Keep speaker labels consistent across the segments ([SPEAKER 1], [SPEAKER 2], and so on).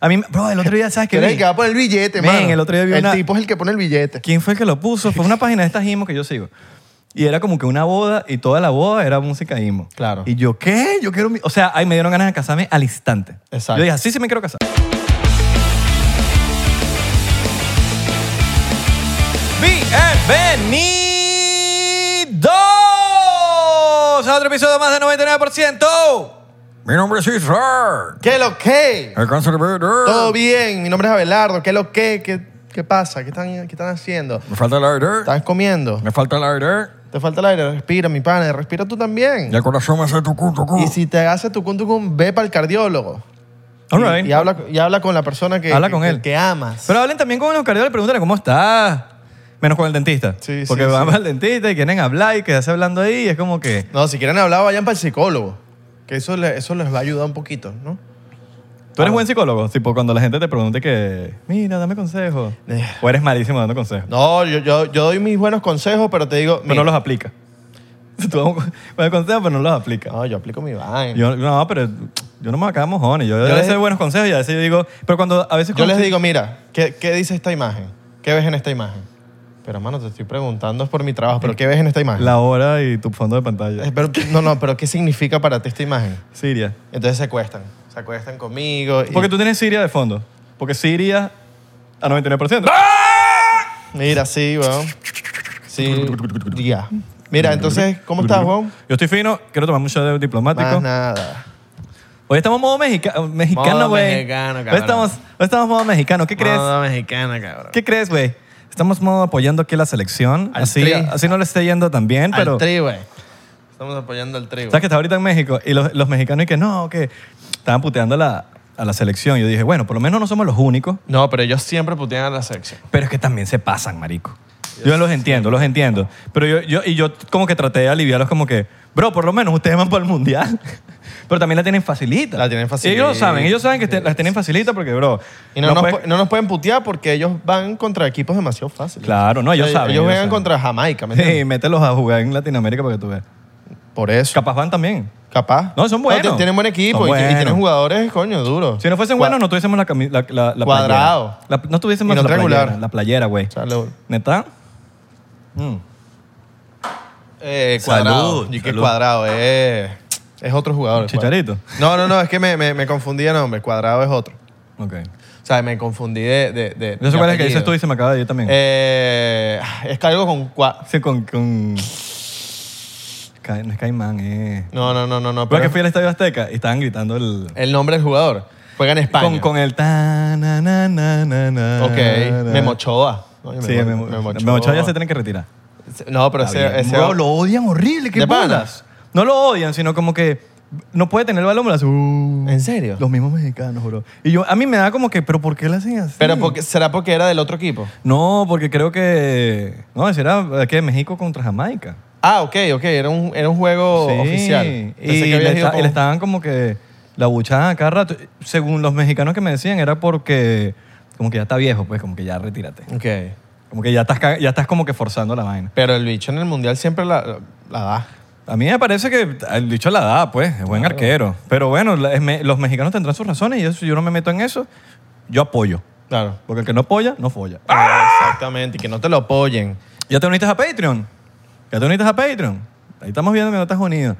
[SPEAKER 1] A mí, bro, el otro día, ¿sabes qué?
[SPEAKER 2] Tú eres
[SPEAKER 1] vi?
[SPEAKER 2] el que va a poner el billete,
[SPEAKER 1] Men,
[SPEAKER 2] mano.
[SPEAKER 1] el otro día vi una-
[SPEAKER 2] tipo es el que pone el billete.
[SPEAKER 1] ¿Quién fue el que lo puso? Fue una página de estas IMO que yo sigo. Y era como que una boda y toda la boda era música IMO.
[SPEAKER 2] Claro.
[SPEAKER 1] Y yo, ¿qué? Yo quiero... mi- O sea, ahí me dieron ganas de casarme al instante.
[SPEAKER 2] Exacto.
[SPEAKER 1] Yo dije, sí, sí me quiero casar. ¡Bienvenidos a otro episodio más de 99%! Mi nombre es Israel.
[SPEAKER 2] ¿Qué lo que?
[SPEAKER 1] El
[SPEAKER 2] Todo bien, mi nombre es Abelardo. ¿Qué lo que? ¿Qué, qué pasa? ¿Qué están, ¿Qué están haciendo?
[SPEAKER 1] Me falta el aire.
[SPEAKER 2] ¿Estás comiendo?
[SPEAKER 1] Me falta el aire.
[SPEAKER 2] ¿Te falta el aire? Respira, mi pana. Respira tú también.
[SPEAKER 1] Y el corazón me hace tu
[SPEAKER 2] Y si te hace tu cun, tu cun, ve para el cardiólogo.
[SPEAKER 1] All right.
[SPEAKER 2] Y, y habla, y habla con la persona que,
[SPEAKER 1] Habla
[SPEAKER 2] que-
[SPEAKER 1] con
[SPEAKER 2] que-
[SPEAKER 1] él.
[SPEAKER 2] que amas.
[SPEAKER 1] Pero hablen también con los cardiólogos y pregúntenle cómo está. Menos con el dentista.
[SPEAKER 2] Sí, sí,
[SPEAKER 1] Porque
[SPEAKER 2] sí.
[SPEAKER 1] van al dentista y quieren hablar y quedarse hablando ahí y es como que...
[SPEAKER 2] No, si quieren hablar, vayan para el psicólogo. Que eso, le- eso les va a ayudar un poquito, ¿no?
[SPEAKER 1] Tú
[SPEAKER 2] Ah.
[SPEAKER 1] eres buen psicólogo, tipo cuando la gente te pregunte que, mira, dame consejos.
[SPEAKER 2] Eh.
[SPEAKER 1] O eres malísimo dando consejos.
[SPEAKER 2] No, yo, yo, yo doy mis buenos consejos, pero te digo.
[SPEAKER 1] Pero no
[SPEAKER 2] mira,
[SPEAKER 1] los aplica. Tú das un buen consejo, pero no los aplica.
[SPEAKER 2] no, yo aplico mi vaina.
[SPEAKER 1] Yo,
[SPEAKER 2] Yo,
[SPEAKER 1] no, pero yo no me acabo mojones. Yo, a
[SPEAKER 2] les-
[SPEAKER 1] veces doy buenos consejos y a veces yo digo... Pero cuando a veces... cuando-
[SPEAKER 2] les digo, mira, ¿qué, qué dice esta imagen? ¿Qué ves en esta imagen? Pero, hermano, te estoy preguntando es por mi trabajo, pero ¿qué ves en esta imagen?
[SPEAKER 1] La hora y tu fondo de pantalla.
[SPEAKER 2] Eh, pero- no, no, pero ¿qué significa para ti esta imagen?
[SPEAKER 1] Siria.
[SPEAKER 2] Entonces se acuestan. Se acuestan conmigo. y-
[SPEAKER 1] Eh, Porque tú tienes Siria de fondo. Porque Siria a 99%.
[SPEAKER 2] ¡Ah! Mira, sí, weón. Sí. Ya.
[SPEAKER 1] Mm.
[SPEAKER 2] Mira, entonces, ¿cómo estás, weón?
[SPEAKER 1] Yo estoy fino, quiero tomar mucho de
[SPEAKER 2] Más
[SPEAKER 1] diplomático.
[SPEAKER 2] nada.
[SPEAKER 1] Hoy estamos modo mexica- eh, mexicano,
[SPEAKER 2] Modo
[SPEAKER 1] güey.
[SPEAKER 2] mexicano,
[SPEAKER 1] Hoy
[SPEAKER 2] cabrón.
[SPEAKER 1] estamos, hoy estamos modo mexicano. ¿Qué crees?
[SPEAKER 2] Moda mexicana, cabrón.
[SPEAKER 1] ¿Qué crees, güey? Estamos modo apoyando aquí la selección.
[SPEAKER 2] Al
[SPEAKER 1] así,
[SPEAKER 2] tri.
[SPEAKER 1] así no le esté yendo tan bien, pero.
[SPEAKER 2] Al tri, güey. Estamos apoyando al tri,
[SPEAKER 1] ¿Sabes
[SPEAKER 2] güey.
[SPEAKER 1] que está ahorita en México? Y los, los mexicanos, y que no, que estaban puteando a la, a la selección. Yo dije, bueno, por lo menos no somos los únicos,
[SPEAKER 2] No, pero ellos siempre putean a la sección.
[SPEAKER 1] pero es que también se pasan, marico. Yo los entiendo, los entiendo. Pero yo, yo, y yo como que traté de aliviarlos como que, bro, por lo menos ustedes van para el mundial. Pero también la tienen facilita.
[SPEAKER 2] La tienen facilita.
[SPEAKER 1] Ellos lo saben, ellos saben que te- la tienen facilita porque, bro.
[SPEAKER 2] Y no, nos,
[SPEAKER 1] puedes-
[SPEAKER 2] pu- no nos pueden putear porque ellos van contra equipos demasiado fáciles.
[SPEAKER 1] Claro, no, ellos saben,
[SPEAKER 2] Ellos
[SPEAKER 1] ellos
[SPEAKER 2] juegan
[SPEAKER 1] saben.
[SPEAKER 2] contra Jamaica, ¿me entiendes?
[SPEAKER 1] Sí, mételos a jugar en Latinoamérica para que tú veas.
[SPEAKER 2] Por eso.
[SPEAKER 1] Capaz van también.
[SPEAKER 2] Capaz.
[SPEAKER 1] No, son buenos.
[SPEAKER 2] t- tienen buen equipo
[SPEAKER 1] Son
[SPEAKER 2] y, y tienen
[SPEAKER 1] buenos.
[SPEAKER 2] jugadores, coño, duros.
[SPEAKER 1] Si no fuesen buenos, no tuviésemos la, cami- la, la- la
[SPEAKER 2] Cuadrado.
[SPEAKER 1] playera. La- no tuviésemos
[SPEAKER 2] Y no
[SPEAKER 1] la playera.
[SPEAKER 2] triangular.
[SPEAKER 1] La playera, güey.
[SPEAKER 2] Salud.
[SPEAKER 1] ¿Neta? Mm.
[SPEAKER 2] Eh, cuadrado.
[SPEAKER 1] Salud,
[SPEAKER 2] y qué
[SPEAKER 1] salud.
[SPEAKER 2] cuadrado, eh. Es otro jugador. el
[SPEAKER 1] Chicharito.
[SPEAKER 2] cuadrado. No, no, no, es que me, me, me confundí de nombre. Cuadrado es otro.
[SPEAKER 1] Ok.
[SPEAKER 2] O sea, me confundí de. de, de
[SPEAKER 1] Yo sé
[SPEAKER 2] de
[SPEAKER 1] cuál es el que
[SPEAKER 2] apellido.
[SPEAKER 1] dices tú y se me acaba de ir también.
[SPEAKER 2] Eh, es que algo con. cua-
[SPEAKER 1] Sí, con... con... Ca- No es Caimán, eh.
[SPEAKER 2] No, no, no, no, no.
[SPEAKER 1] Pero
[SPEAKER 2] Pero
[SPEAKER 1] que fui al Estadio Azteca y estaban gritando el...
[SPEAKER 2] el nombre del jugador. Juega en España.
[SPEAKER 1] Con, con el... Ta, na, na, na, na, na,
[SPEAKER 2] Ok,
[SPEAKER 1] na.
[SPEAKER 2] Memo Ochoa. Coño,
[SPEAKER 1] Sí, Memo,
[SPEAKER 2] Memo
[SPEAKER 1] Memo Ochoa ya
[SPEAKER 2] Ochoa.
[SPEAKER 1] se tienen que retirar.
[SPEAKER 2] No, pero ese... ese-
[SPEAKER 1] Bro, lo odian horrible, qué
[SPEAKER 2] ¿De pana?
[SPEAKER 1] bolas. No lo odian, sino como que no puede tener el balón, me lo hace, "Uh".
[SPEAKER 2] ¿En serio?
[SPEAKER 1] Los mismos mexicanos, bro. Y yo, a mí me da como que, ¿pero por qué lo hacen así?
[SPEAKER 2] Pero porque, ¿será porque era del otro equipo?
[SPEAKER 1] No, porque creo que... No, ese era eh, que México contra Jamaica.
[SPEAKER 2] Ah, ok, ok. Era un, era un juego
[SPEAKER 1] Sí.
[SPEAKER 2] oficial.
[SPEAKER 1] Y,
[SPEAKER 2] Pensé que
[SPEAKER 1] le,
[SPEAKER 2] habías ido
[SPEAKER 1] esta- y
[SPEAKER 2] con-
[SPEAKER 1] le estaban como que la buchaban a cada rato. Según los mexicanos que me decían, era porque como que ya está viejo, pues como que ya retírate.
[SPEAKER 2] Ok.
[SPEAKER 1] Como que ya estás, ca- ya estás como que forzando la vaina.
[SPEAKER 2] Pero el bicho en el Mundial siempre la, la da.
[SPEAKER 1] A mí me parece que el dicho la da, pues, es buen arquero. Pero bueno, la- es me- los mexicanos tendrán sus razones y eso, yo no me meto en eso. Yo apoyo.
[SPEAKER 2] Claro.
[SPEAKER 1] Porque el que no apoya, no folla.
[SPEAKER 2] Ah, Exactamente. Y que no te lo apoyen.
[SPEAKER 1] ¿Ya te uniste a Patreon? ¿Ya te uniste a Patreon? Ahí estamos viendo que no estás unido.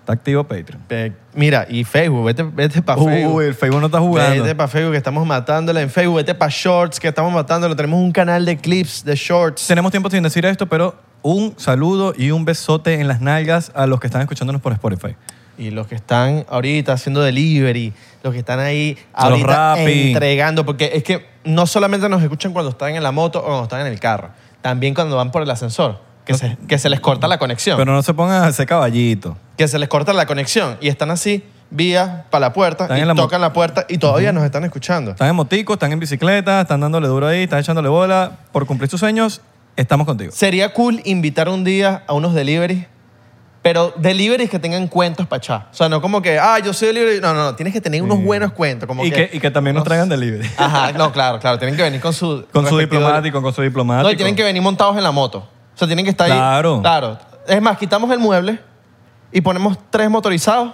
[SPEAKER 1] Está activo Patreon.
[SPEAKER 2] Pe- Mira, y Facebook. Vete, vete para Facebook.
[SPEAKER 1] Uy, el Facebook no está jugando.
[SPEAKER 2] Vete para Facebook que estamos matándola. En Facebook, vete para Shorts que estamos matándola. Tenemos un canal de clips de Shorts.
[SPEAKER 1] Tenemos tiempo sin decir esto, pero un saludo y un besote en las nalgas a los que están escuchándonos por Spotify.
[SPEAKER 2] Y los que están ahorita haciendo delivery, los que están ahí
[SPEAKER 1] A los
[SPEAKER 2] ahorita
[SPEAKER 1] Rappi.
[SPEAKER 2] entregando, porque es que no solamente nos escuchan cuando están en la moto o cuando están en el carro, también cuando van por el ascensor, que, se, que se les corta la conexión.
[SPEAKER 1] Pero no se pongan a ese caballito.
[SPEAKER 2] que se les corta la conexión y están así, vía para la puerta,
[SPEAKER 1] Están
[SPEAKER 2] y
[SPEAKER 1] en la mo-
[SPEAKER 2] tocan la puerta y todavía nos están escuchando.
[SPEAKER 1] Están en motico, están en bicicleta, están dándole duro ahí, están echándole bola. Por cumplir tus sueños, estamos contigo.
[SPEAKER 2] Sería cool invitar un día a unos deliveries, pero deliveries que tengan cuentos para echar. O sea, no como que, ah, yo soy delivery. No, no, no, tienes que tener unos buenos cuentos. Como
[SPEAKER 1] Y que, y que también nos
[SPEAKER 2] unos-
[SPEAKER 1] traigan delivery.
[SPEAKER 2] Ajá, no, claro, claro. Tienen que venir con su.
[SPEAKER 1] Con su
[SPEAKER 2] respectivo-
[SPEAKER 1] diplomático, con su diplomático.
[SPEAKER 2] No, y tienen que venir montados en la moto. O sea, tienen que estar ahí.
[SPEAKER 1] Claro.
[SPEAKER 2] Claro. Es más, quitamos el mueble y ponemos tres motorizados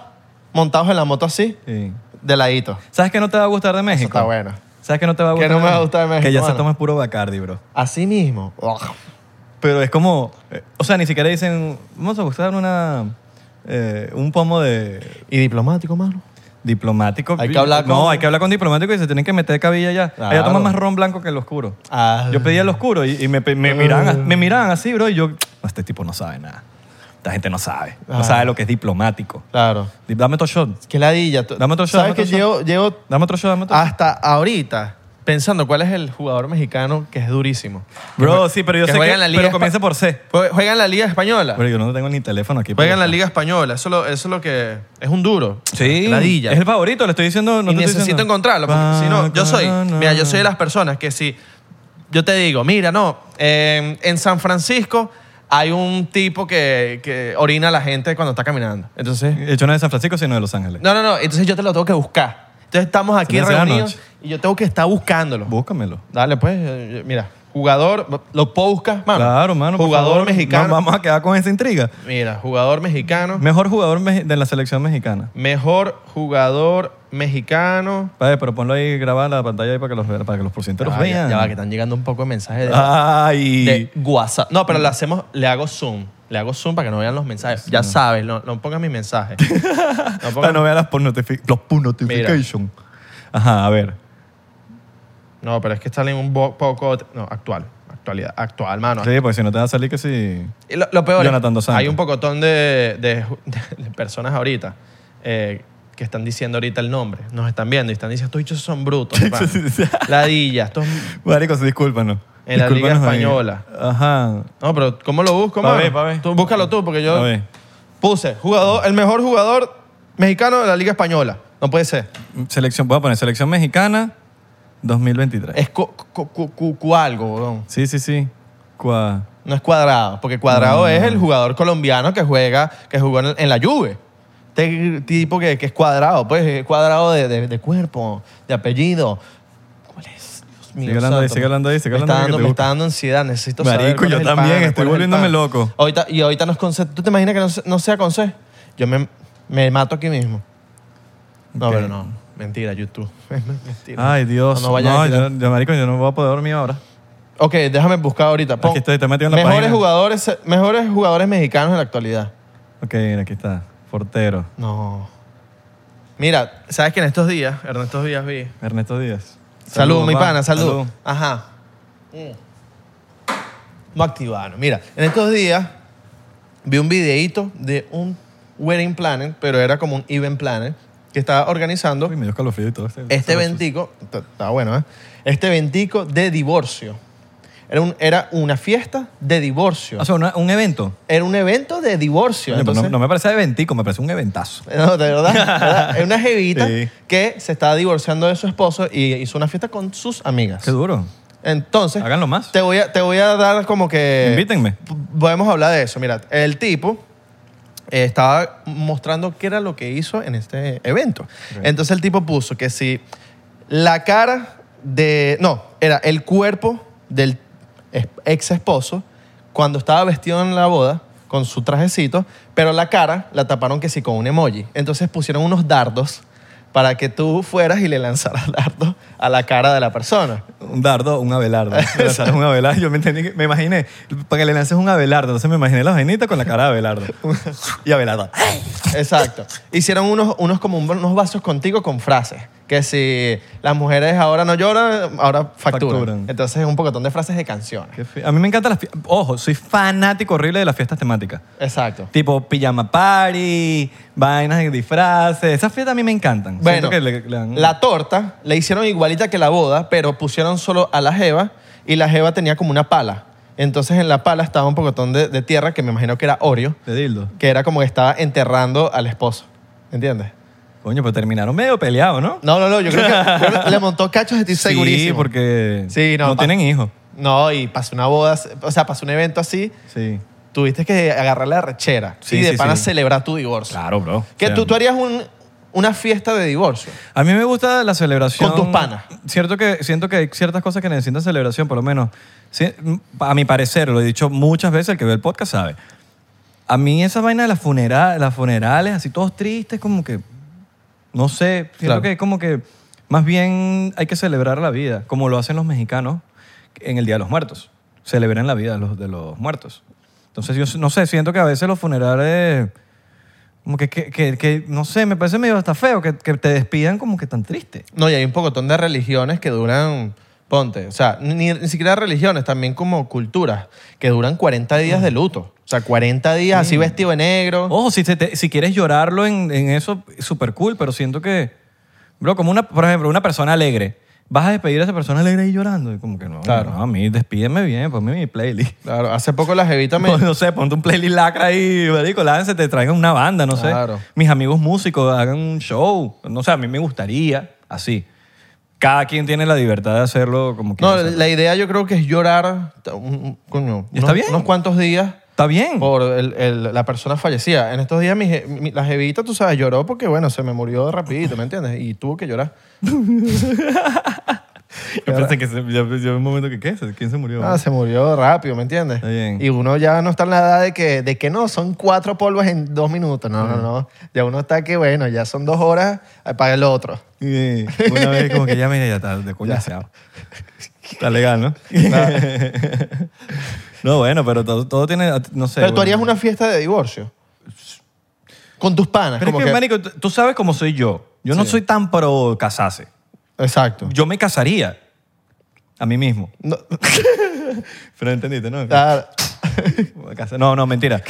[SPEAKER 2] montados en la moto así.
[SPEAKER 1] Sí.
[SPEAKER 2] de ladito.
[SPEAKER 1] ¿Sabes qué no te va a gustar de México?
[SPEAKER 2] está bueno.
[SPEAKER 1] ¿Sabes qué no te va a
[SPEAKER 2] ¿Qué
[SPEAKER 1] gustar?
[SPEAKER 2] no
[SPEAKER 1] de
[SPEAKER 2] me va a gustar de
[SPEAKER 1] Que
[SPEAKER 2] México,
[SPEAKER 1] ya se
[SPEAKER 2] mano?
[SPEAKER 1] toma puro Bacardi, bro.
[SPEAKER 2] Así mismo. Ugh.
[SPEAKER 1] Pero es como, eh, o sea, ni siquiera dicen, vamos a buscar una, eh, un pomo de
[SPEAKER 2] Y diplomático, mano.
[SPEAKER 1] diplomático.
[SPEAKER 2] Hay que hablar
[SPEAKER 1] No,
[SPEAKER 2] con-
[SPEAKER 1] hay que hablar con diplomático y se tienen que meter cabilla ya. Allá
[SPEAKER 2] Claro.
[SPEAKER 1] toman más ron blanco que el oscuro.
[SPEAKER 2] Ah.
[SPEAKER 1] Yo pedía el oscuro y, y me, pe- me, miraban, me miraban así, bro, y yo, "No, este tipo no sabe nada. Esta gente no sabe. No
[SPEAKER 2] Ah.
[SPEAKER 1] sabe lo que es diplomático.
[SPEAKER 2] Claro.
[SPEAKER 1] Di- Dame otro shot.
[SPEAKER 2] Es que ladilla. T-
[SPEAKER 1] Dame otro shot,
[SPEAKER 2] ¿Sabes
[SPEAKER 1] dame otro
[SPEAKER 2] que llevo,
[SPEAKER 1] shot.
[SPEAKER 2] llevo
[SPEAKER 1] Dame otro shot, dame otro
[SPEAKER 2] hasta ahorita pensando cuál es el jugador mexicano que es durísimo?
[SPEAKER 1] Bro, sí, pero yo
[SPEAKER 2] que
[SPEAKER 1] sé
[SPEAKER 2] juega
[SPEAKER 1] que...
[SPEAKER 2] en la Liga
[SPEAKER 1] pero
[SPEAKER 2] Espa-
[SPEAKER 1] comienza por C.
[SPEAKER 2] Jue- Juega en la Liga Española.
[SPEAKER 1] Pero yo no tengo ni teléfono aquí.
[SPEAKER 2] Juega en la
[SPEAKER 1] pero-
[SPEAKER 2] Liga Española. Eso, lo- eso es lo que. Es un duro.
[SPEAKER 1] Sí.
[SPEAKER 2] Ladilla.
[SPEAKER 1] Es el favorito, le estoy diciendo. No
[SPEAKER 2] y
[SPEAKER 1] te estoy
[SPEAKER 2] necesito
[SPEAKER 1] diciendo.
[SPEAKER 2] encontrarlo. Porque si no, yo soy. Mira, yo soy de las personas que si. Yo te digo, mira, no. eh, en San Francisco hay un tipo que, que orina a la gente cuando está caminando. Entonces.
[SPEAKER 1] De hecho, no es de San Francisco, sino de Los Ángeles.
[SPEAKER 2] No, no, no. Entonces yo te lo tengo que buscar. Entonces estamos aquí
[SPEAKER 1] Se me hace la
[SPEAKER 2] reunidos
[SPEAKER 1] noche.
[SPEAKER 2] y yo tengo que estar buscándolo.
[SPEAKER 1] Búscamelo.
[SPEAKER 2] Dale, pues, eh, mira, jugador, lo puedo buscar, mano.
[SPEAKER 1] Claro, mano. por
[SPEAKER 2] Ah, Jugador
[SPEAKER 1] favor.
[SPEAKER 2] mexicano.
[SPEAKER 1] Nos vamos a quedar con esa intriga.
[SPEAKER 2] Mira, jugador mexicano.
[SPEAKER 1] Mejor jugador me- de la selección mexicana.
[SPEAKER 2] Mejor jugador mexicano.
[SPEAKER 1] Vale, eh, pero ponlo ahí, graba la pantalla ahí para que los, vea- para que los porcienteros
[SPEAKER 2] Ah, ya, va,
[SPEAKER 1] vean. Ah,
[SPEAKER 2] ya va, que están llegando un poco de mensajes de,
[SPEAKER 1] Ay.
[SPEAKER 2] de WhatsApp. No, pero le hacemos, le hago zoom. Le hago zoom para que no vean los mensajes. Ya sabes, no, no pongan mis mensajes. No
[SPEAKER 1] para
[SPEAKER 2] pongan,
[SPEAKER 1] Ah, no vean las por notifi- los pull notification. Ajá, a ver.
[SPEAKER 2] no, pero es que salen un bo- poco. No, actual. Actualidad. Actual, mano.
[SPEAKER 1] Sí, porque si no te va a salir que sí.
[SPEAKER 2] Y Lo, lo peor
[SPEAKER 1] Jonathan Dos
[SPEAKER 2] es,
[SPEAKER 1] Santos.
[SPEAKER 2] hay un pocotón de, de- de personas ahorita eh, que están diciendo ahorita el nombre. Nos están viendo y están diciendo, estos bichos son brutos. pana. Ladilla, estos...
[SPEAKER 1] Marico, sí, discúlpanos.
[SPEAKER 2] En la Liga
[SPEAKER 1] Discúlpanos ahí.
[SPEAKER 2] Española.
[SPEAKER 1] Ajá.
[SPEAKER 2] No, pero ¿cómo lo busco,
[SPEAKER 1] Pa'
[SPEAKER 2] mano?
[SPEAKER 1] ver, pa' ver.
[SPEAKER 2] Tú, búscalo tú, porque
[SPEAKER 1] A
[SPEAKER 2] yo
[SPEAKER 1] ver.
[SPEAKER 2] puse jugador, el mejor jugador mexicano de la Liga Española. No puede ser.
[SPEAKER 1] Selección, voy a poner selección mexicana 2023.
[SPEAKER 2] Es cu, cu- cu- cu- cu algo, weón.
[SPEAKER 1] Sí, sí, sí. Cua-
[SPEAKER 2] No es cuadrado, porque cuadrado es
[SPEAKER 1] Mm.
[SPEAKER 2] el jugador colombiano que juega, que jugó en, el- en la Juve. Este tipo que, que es cuadrado, pues es cuadrado de, de- de cuerpo, de apellido. ¿Cuál es? Dios mío.
[SPEAKER 1] Sigue hablando ahí,
[SPEAKER 2] santo.
[SPEAKER 1] sigue hablando ahí, sigue
[SPEAKER 2] Me
[SPEAKER 1] hablando
[SPEAKER 2] está
[SPEAKER 1] ahí que
[SPEAKER 2] dando-
[SPEAKER 1] te
[SPEAKER 2] Me
[SPEAKER 1] busco.
[SPEAKER 2] está dando ansiedad, necesito saber.
[SPEAKER 1] Marico,
[SPEAKER 2] cuál
[SPEAKER 1] yo
[SPEAKER 2] es el
[SPEAKER 1] también,
[SPEAKER 2] pana,
[SPEAKER 1] estoy
[SPEAKER 2] cuál es el
[SPEAKER 1] volviéndome
[SPEAKER 2] pana.
[SPEAKER 1] loco.
[SPEAKER 2] Ahorita, y ahorita nos conce- ¿Tú te imaginas que no, se- no sea con C? Yo me, me mato aquí mismo. No,
[SPEAKER 1] Ok.
[SPEAKER 2] pero no. Mentira, YouTube. Mentira.
[SPEAKER 1] Ay, Dios. No,
[SPEAKER 2] No, no vayan a
[SPEAKER 1] yo,
[SPEAKER 2] tirar.
[SPEAKER 1] yo, marico, yo no voy a poder dormir ahora.
[SPEAKER 2] Ok, déjame buscar ahorita. Pon-
[SPEAKER 1] Aquí estoy, te he metido en la
[SPEAKER 2] mejores
[SPEAKER 1] página.
[SPEAKER 2] jugadores, mejores jugadores mexicanos en la actualidad.
[SPEAKER 1] Ok, mira, aquí está. Portero.
[SPEAKER 2] No. Mira, sabes que en estos días, en estos días vi.
[SPEAKER 1] Ernesto Díaz.
[SPEAKER 2] Salud, mi
[SPEAKER 1] papá.
[SPEAKER 2] pana, salud. Ajá. Mm. No activaron. Mira, en estos días vi un videíto de un wedding planner, pero era como un event planner, que estaba organizando
[SPEAKER 1] Uy, me dio calofrío y todo.
[SPEAKER 2] este ventico, está bueno, ¿eh? Este ventico de divorcio. Era, un- era una fiesta de divorcio.
[SPEAKER 1] O sea, una- un evento.
[SPEAKER 2] Era un evento de divorcio.
[SPEAKER 1] Coño, pero
[SPEAKER 2] entonces-
[SPEAKER 1] pues no, no me parece eventico, me parece un eventazo.
[SPEAKER 2] No, de verdad. de verdad. Es una jevita
[SPEAKER 1] Sí.
[SPEAKER 2] que se está divorciando de su esposo y hizo una fiesta con sus amigas.
[SPEAKER 1] Qué duro.
[SPEAKER 2] Entonces,
[SPEAKER 1] Háganlo más.
[SPEAKER 2] te voy a, te voy a dar como que...
[SPEAKER 1] Invítenme.
[SPEAKER 2] P- Podemos hablar de eso. Mira, el tipo eh, estaba mostrando qué era lo que hizo en este evento. Entonces el tipo puso que si la cara de... No, era el cuerpo del es- ex esposo cuando estaba vestido en la boda con su trajecito, pero la cara la taparon que sí con un emoji. Entonces pusieron unos dardos para que tú fueras y le lanzaras dardos a la cara de la persona.
[SPEAKER 1] Un dardo, un abelardo. Le lanzaron un abelardo. Yo me, entendí que- me imaginé, para que le lances un abelardo. Entonces me imaginé la vainita con la cara de abelardo. y abelardo.
[SPEAKER 2] Exacto. Hicieron unos, unos como un- unos vasos contigo con frases. Que si las mujeres ahora no lloran, ahora facturan.
[SPEAKER 1] Facturan.
[SPEAKER 2] Entonces es un pocotón de frases de canciones.
[SPEAKER 1] Qué fi- A mí me encantan las fiestas. Ojo, soy fanático horrible de las fiestas temáticas.
[SPEAKER 2] Exacto.
[SPEAKER 1] Tipo pijama party, vainas de disfraces. Esas fiestas a mí me encantan. Siento
[SPEAKER 2] Bueno,
[SPEAKER 1] que le- le dan-
[SPEAKER 2] la torta la hicieron igualita que la boda, pero pusieron solo a la jeva y la jeva tenía como una pala. Entonces en la pala estaba un pocotón de, de tierra que me imagino que era Oreo,
[SPEAKER 1] de dildo.
[SPEAKER 2] que era como que estaba enterrando al esposo. ¿Entiendes?
[SPEAKER 1] Coño, pero terminaron medio peleados, ¿no?
[SPEAKER 2] No, no, no, yo creo que, yo creo que le montó cachos, estoy
[SPEAKER 1] Sí,
[SPEAKER 2] segurísimo.
[SPEAKER 1] porque
[SPEAKER 2] Sí, no,
[SPEAKER 1] no
[SPEAKER 2] pa-
[SPEAKER 1] tienen hijos.
[SPEAKER 2] No, y pasó una boda, o sea, pasó un evento así,
[SPEAKER 1] Sí.
[SPEAKER 2] tuviste que agarrar la rechera
[SPEAKER 1] Sí,
[SPEAKER 2] y de
[SPEAKER 1] sí,
[SPEAKER 2] pana
[SPEAKER 1] sí.
[SPEAKER 2] celebrar tu divorcio.
[SPEAKER 1] Claro, bro.
[SPEAKER 2] Que
[SPEAKER 1] O sea,
[SPEAKER 2] tú, tú harías un- una fiesta de divorcio.
[SPEAKER 1] A mí me gusta la celebración.
[SPEAKER 2] Con tus panas.
[SPEAKER 1] Cierto que, siento que hay ciertas cosas que necesitan celebración, por lo menos. Sí, A mi parecer, lo he dicho muchas veces, el que ve el podcast sabe. A mí esa vaina de las, funera- las funerales, así todos tristes, como que... No sé, siento
[SPEAKER 2] Claro.
[SPEAKER 1] que como que más bien hay que celebrar la vida, como lo hacen los mexicanos en el Día de los Muertos. Celebran la vida de los, de los muertos. Entonces yo no sé, siento que a veces los funerales, como que, que, que- que, no sé, me parece medio hasta feo que, que te despidan como que tan triste.
[SPEAKER 2] No, y hay un pocotón de religiones que duran, ponte, o sea, ni, ni siquiera religiones, también como culturas, que duran 40 días de luto. O sea, 40 días así vestido de negro.
[SPEAKER 1] Ojo, si, se te- si quieres llorarlo en, en eso, súper cool, pero siento que, bro, como una, por ejemplo, una persona alegre, vas a despedir a esa persona alegre ahí llorando. Y como que no,
[SPEAKER 2] Claro.
[SPEAKER 1] no, a mí despídeme bien, ponme mi playlist.
[SPEAKER 2] Claro, hace poco la jevita me...
[SPEAKER 1] No, no sé, ponte un playlist lacra ahí, marico, lánzate, te traigan una banda, no
[SPEAKER 2] Claro.
[SPEAKER 1] sé. Mis amigos músicos hagan un show. No sé, a mí me gustaría así. Cada quien tiene la libertad de hacerlo como que...
[SPEAKER 2] No, la idea yo creo que es llorar ta- un- un- coño,
[SPEAKER 1] Está
[SPEAKER 2] unos,
[SPEAKER 1] bien.
[SPEAKER 2] unos cuantos días
[SPEAKER 1] Está bien.
[SPEAKER 2] por el- el- la persona fallecida. En estos días mi, je- mi- la jevita, tú sabes, lloró porque, bueno, se me murió rapidito, ¿me entiendes? Y tuvo que llorar.
[SPEAKER 1] Yo pensé que... se- yo- yo un momento que, ¿qué? ¿Quién se murió?
[SPEAKER 2] Ah, se murió rápido, ¿me entiendes?
[SPEAKER 1] Está bien.
[SPEAKER 2] Y uno ya no está en la edad de que, de que no, son cuatro polvos en dos minutos. No, no, no. Ya uno está que, bueno, ya son dos horas eh, para el otro.
[SPEAKER 1] Y una vez como que ya mira, ya está de coño aseado. Está legal, ¿no? no, bueno, pero todo, todo tiene, no sé.
[SPEAKER 2] Pero tú
[SPEAKER 1] bueno.
[SPEAKER 2] harías una fiesta de divorcio. Con tus panas.
[SPEAKER 1] Pero es
[SPEAKER 2] como
[SPEAKER 1] que,
[SPEAKER 2] que-
[SPEAKER 1] marico, t- tú sabes cómo soy yo. Yo no
[SPEAKER 2] Sí.
[SPEAKER 1] soy tan pro casarse.
[SPEAKER 2] Exacto.
[SPEAKER 1] Yo me casaría a mí mismo.
[SPEAKER 2] No,
[SPEAKER 1] Pero entendiste, ¿no?
[SPEAKER 2] ah,
[SPEAKER 1] Me casé- No, no, mentira.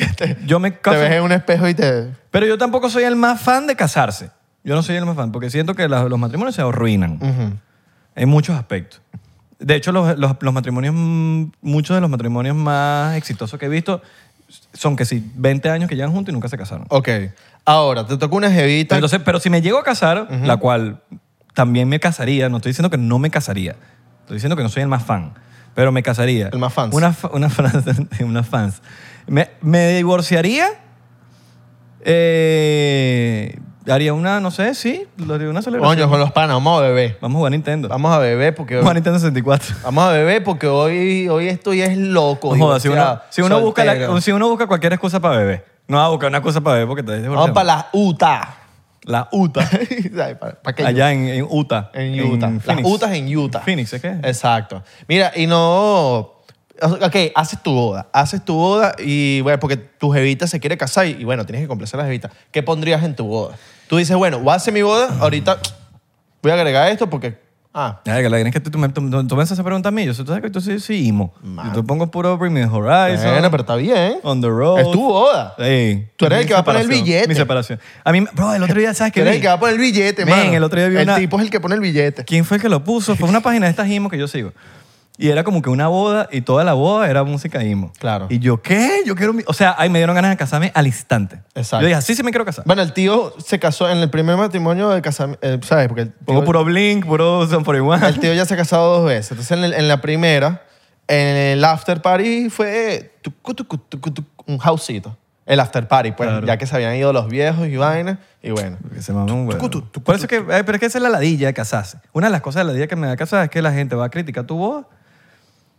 [SPEAKER 1] Yo me
[SPEAKER 2] te
[SPEAKER 1] caso,
[SPEAKER 2] ves en un espejo y te...
[SPEAKER 1] pero yo tampoco soy el más fan de casarse. Yo no soy el más fan porque siento que la- los matrimonios se arruinan.
[SPEAKER 2] Ujú.
[SPEAKER 1] En muchos aspectos. De hecho, los, los- los matrimonios, mm, muchos de los matrimonios más exitosos que he visto son que sí, 20 años que llevan juntos y nunca se casaron.
[SPEAKER 2] Ok. Ahora, te toca una jevita.
[SPEAKER 1] Entonces, pero si me llego a casar, la cual también me casaría, no estoy diciendo que no me casaría, estoy diciendo que no soy el más fan, pero me casaría.
[SPEAKER 2] El más fans.
[SPEAKER 1] Una, fa- una, fans, una fans. Me, me divorciaría, eh, haría una, no sé, sí, lo haría una celebración.
[SPEAKER 2] Coño, con los panas, vamos a beber.
[SPEAKER 1] Vamos a jugar Nintendo. Vamos
[SPEAKER 2] Vamos a beber porque...
[SPEAKER 1] a jugar Nintendo 64.
[SPEAKER 2] Vamos a beber porque hoy, hoy estoy es loco.
[SPEAKER 1] No jodas, si uno,
[SPEAKER 2] divorciado,
[SPEAKER 1] si uno busca la-
[SPEAKER 2] soltero.
[SPEAKER 1] si uno busca cualquier excusa para beber, no va a buscar una excusa para beber porque te
[SPEAKER 2] Vamos para las Utah.
[SPEAKER 1] la UTA.
[SPEAKER 2] ¿Sabes? ¿Para, para qué?
[SPEAKER 1] allá en, en Utah.
[SPEAKER 2] En Utah. las
[SPEAKER 1] Phoenix.
[SPEAKER 2] Utah en Utah.
[SPEAKER 1] Phoenix, ¿es qué?
[SPEAKER 2] Exacto. Mira, y no... Ok, haces tu boda. Haces tu boda y, bueno, porque tu jevita se quiere casar y, y, bueno, tienes que complacer a la jevita. ¿Qué pondrías en tu boda? Tú dices, bueno, voy a hacer mi boda, ahorita voy a agregar esto porque... Ah,
[SPEAKER 1] Ay, que la vaina es que tú, tú me, tú- tú me haces esa pregunta a mí. Yo sé, tú sabes que tú sí, sí, imo.
[SPEAKER 2] Mano.
[SPEAKER 1] Yo te pongo puro Bring Me the Horizon.
[SPEAKER 2] bueno, pero está bien.
[SPEAKER 1] On the road.
[SPEAKER 2] Es tu boda.
[SPEAKER 1] Sí.
[SPEAKER 2] Tú eres el
[SPEAKER 1] Mi
[SPEAKER 2] que va a poner el
[SPEAKER 1] separación,
[SPEAKER 2] billete.
[SPEAKER 1] Mi separación. A mí, bro, el otro día, ¿sabes
[SPEAKER 2] Tú
[SPEAKER 1] qué?
[SPEAKER 2] eres
[SPEAKER 1] vi?
[SPEAKER 2] el que va a poner el billete,
[SPEAKER 1] Men,
[SPEAKER 2] mano.
[SPEAKER 1] el otro día vi
[SPEAKER 2] El
[SPEAKER 1] una-
[SPEAKER 2] tipo es el que pone el billete.
[SPEAKER 1] ¿Quién fue el que lo puso? Fue una página de estas emo que yo sigo. Y era como que una boda y toda la boda era música emo.
[SPEAKER 2] Claro.
[SPEAKER 1] Y yo, ¿qué? Yo quiero... mi- O sea, ahí me dieron ganas de casarme al instante.
[SPEAKER 2] Exacto.
[SPEAKER 1] Yo dije, así sí me quiero casar.
[SPEAKER 2] Bueno, el tío se casó en el primer matrimonio de casamiento, ¿sabes? Porque el tío,
[SPEAKER 1] Pongo puro Blink, puro Son por igual.
[SPEAKER 2] el tío ya se ha casado dos veces. Entonces, en, el- en la primera, en el after party fue tucu, tucu, tucu, tucu, un houseito. El after party, pues,
[SPEAKER 1] Claro.
[SPEAKER 2] ya que se habían ido los viejos y vainas. Y bueno,
[SPEAKER 1] Que se mame un huevo.
[SPEAKER 2] Tucu, tucu,
[SPEAKER 1] Por eso que, eh, pero es que esa es la ladilla de casarse. Una de las cosas de la ladilla que me da casar es que la gente va a criticar tu voz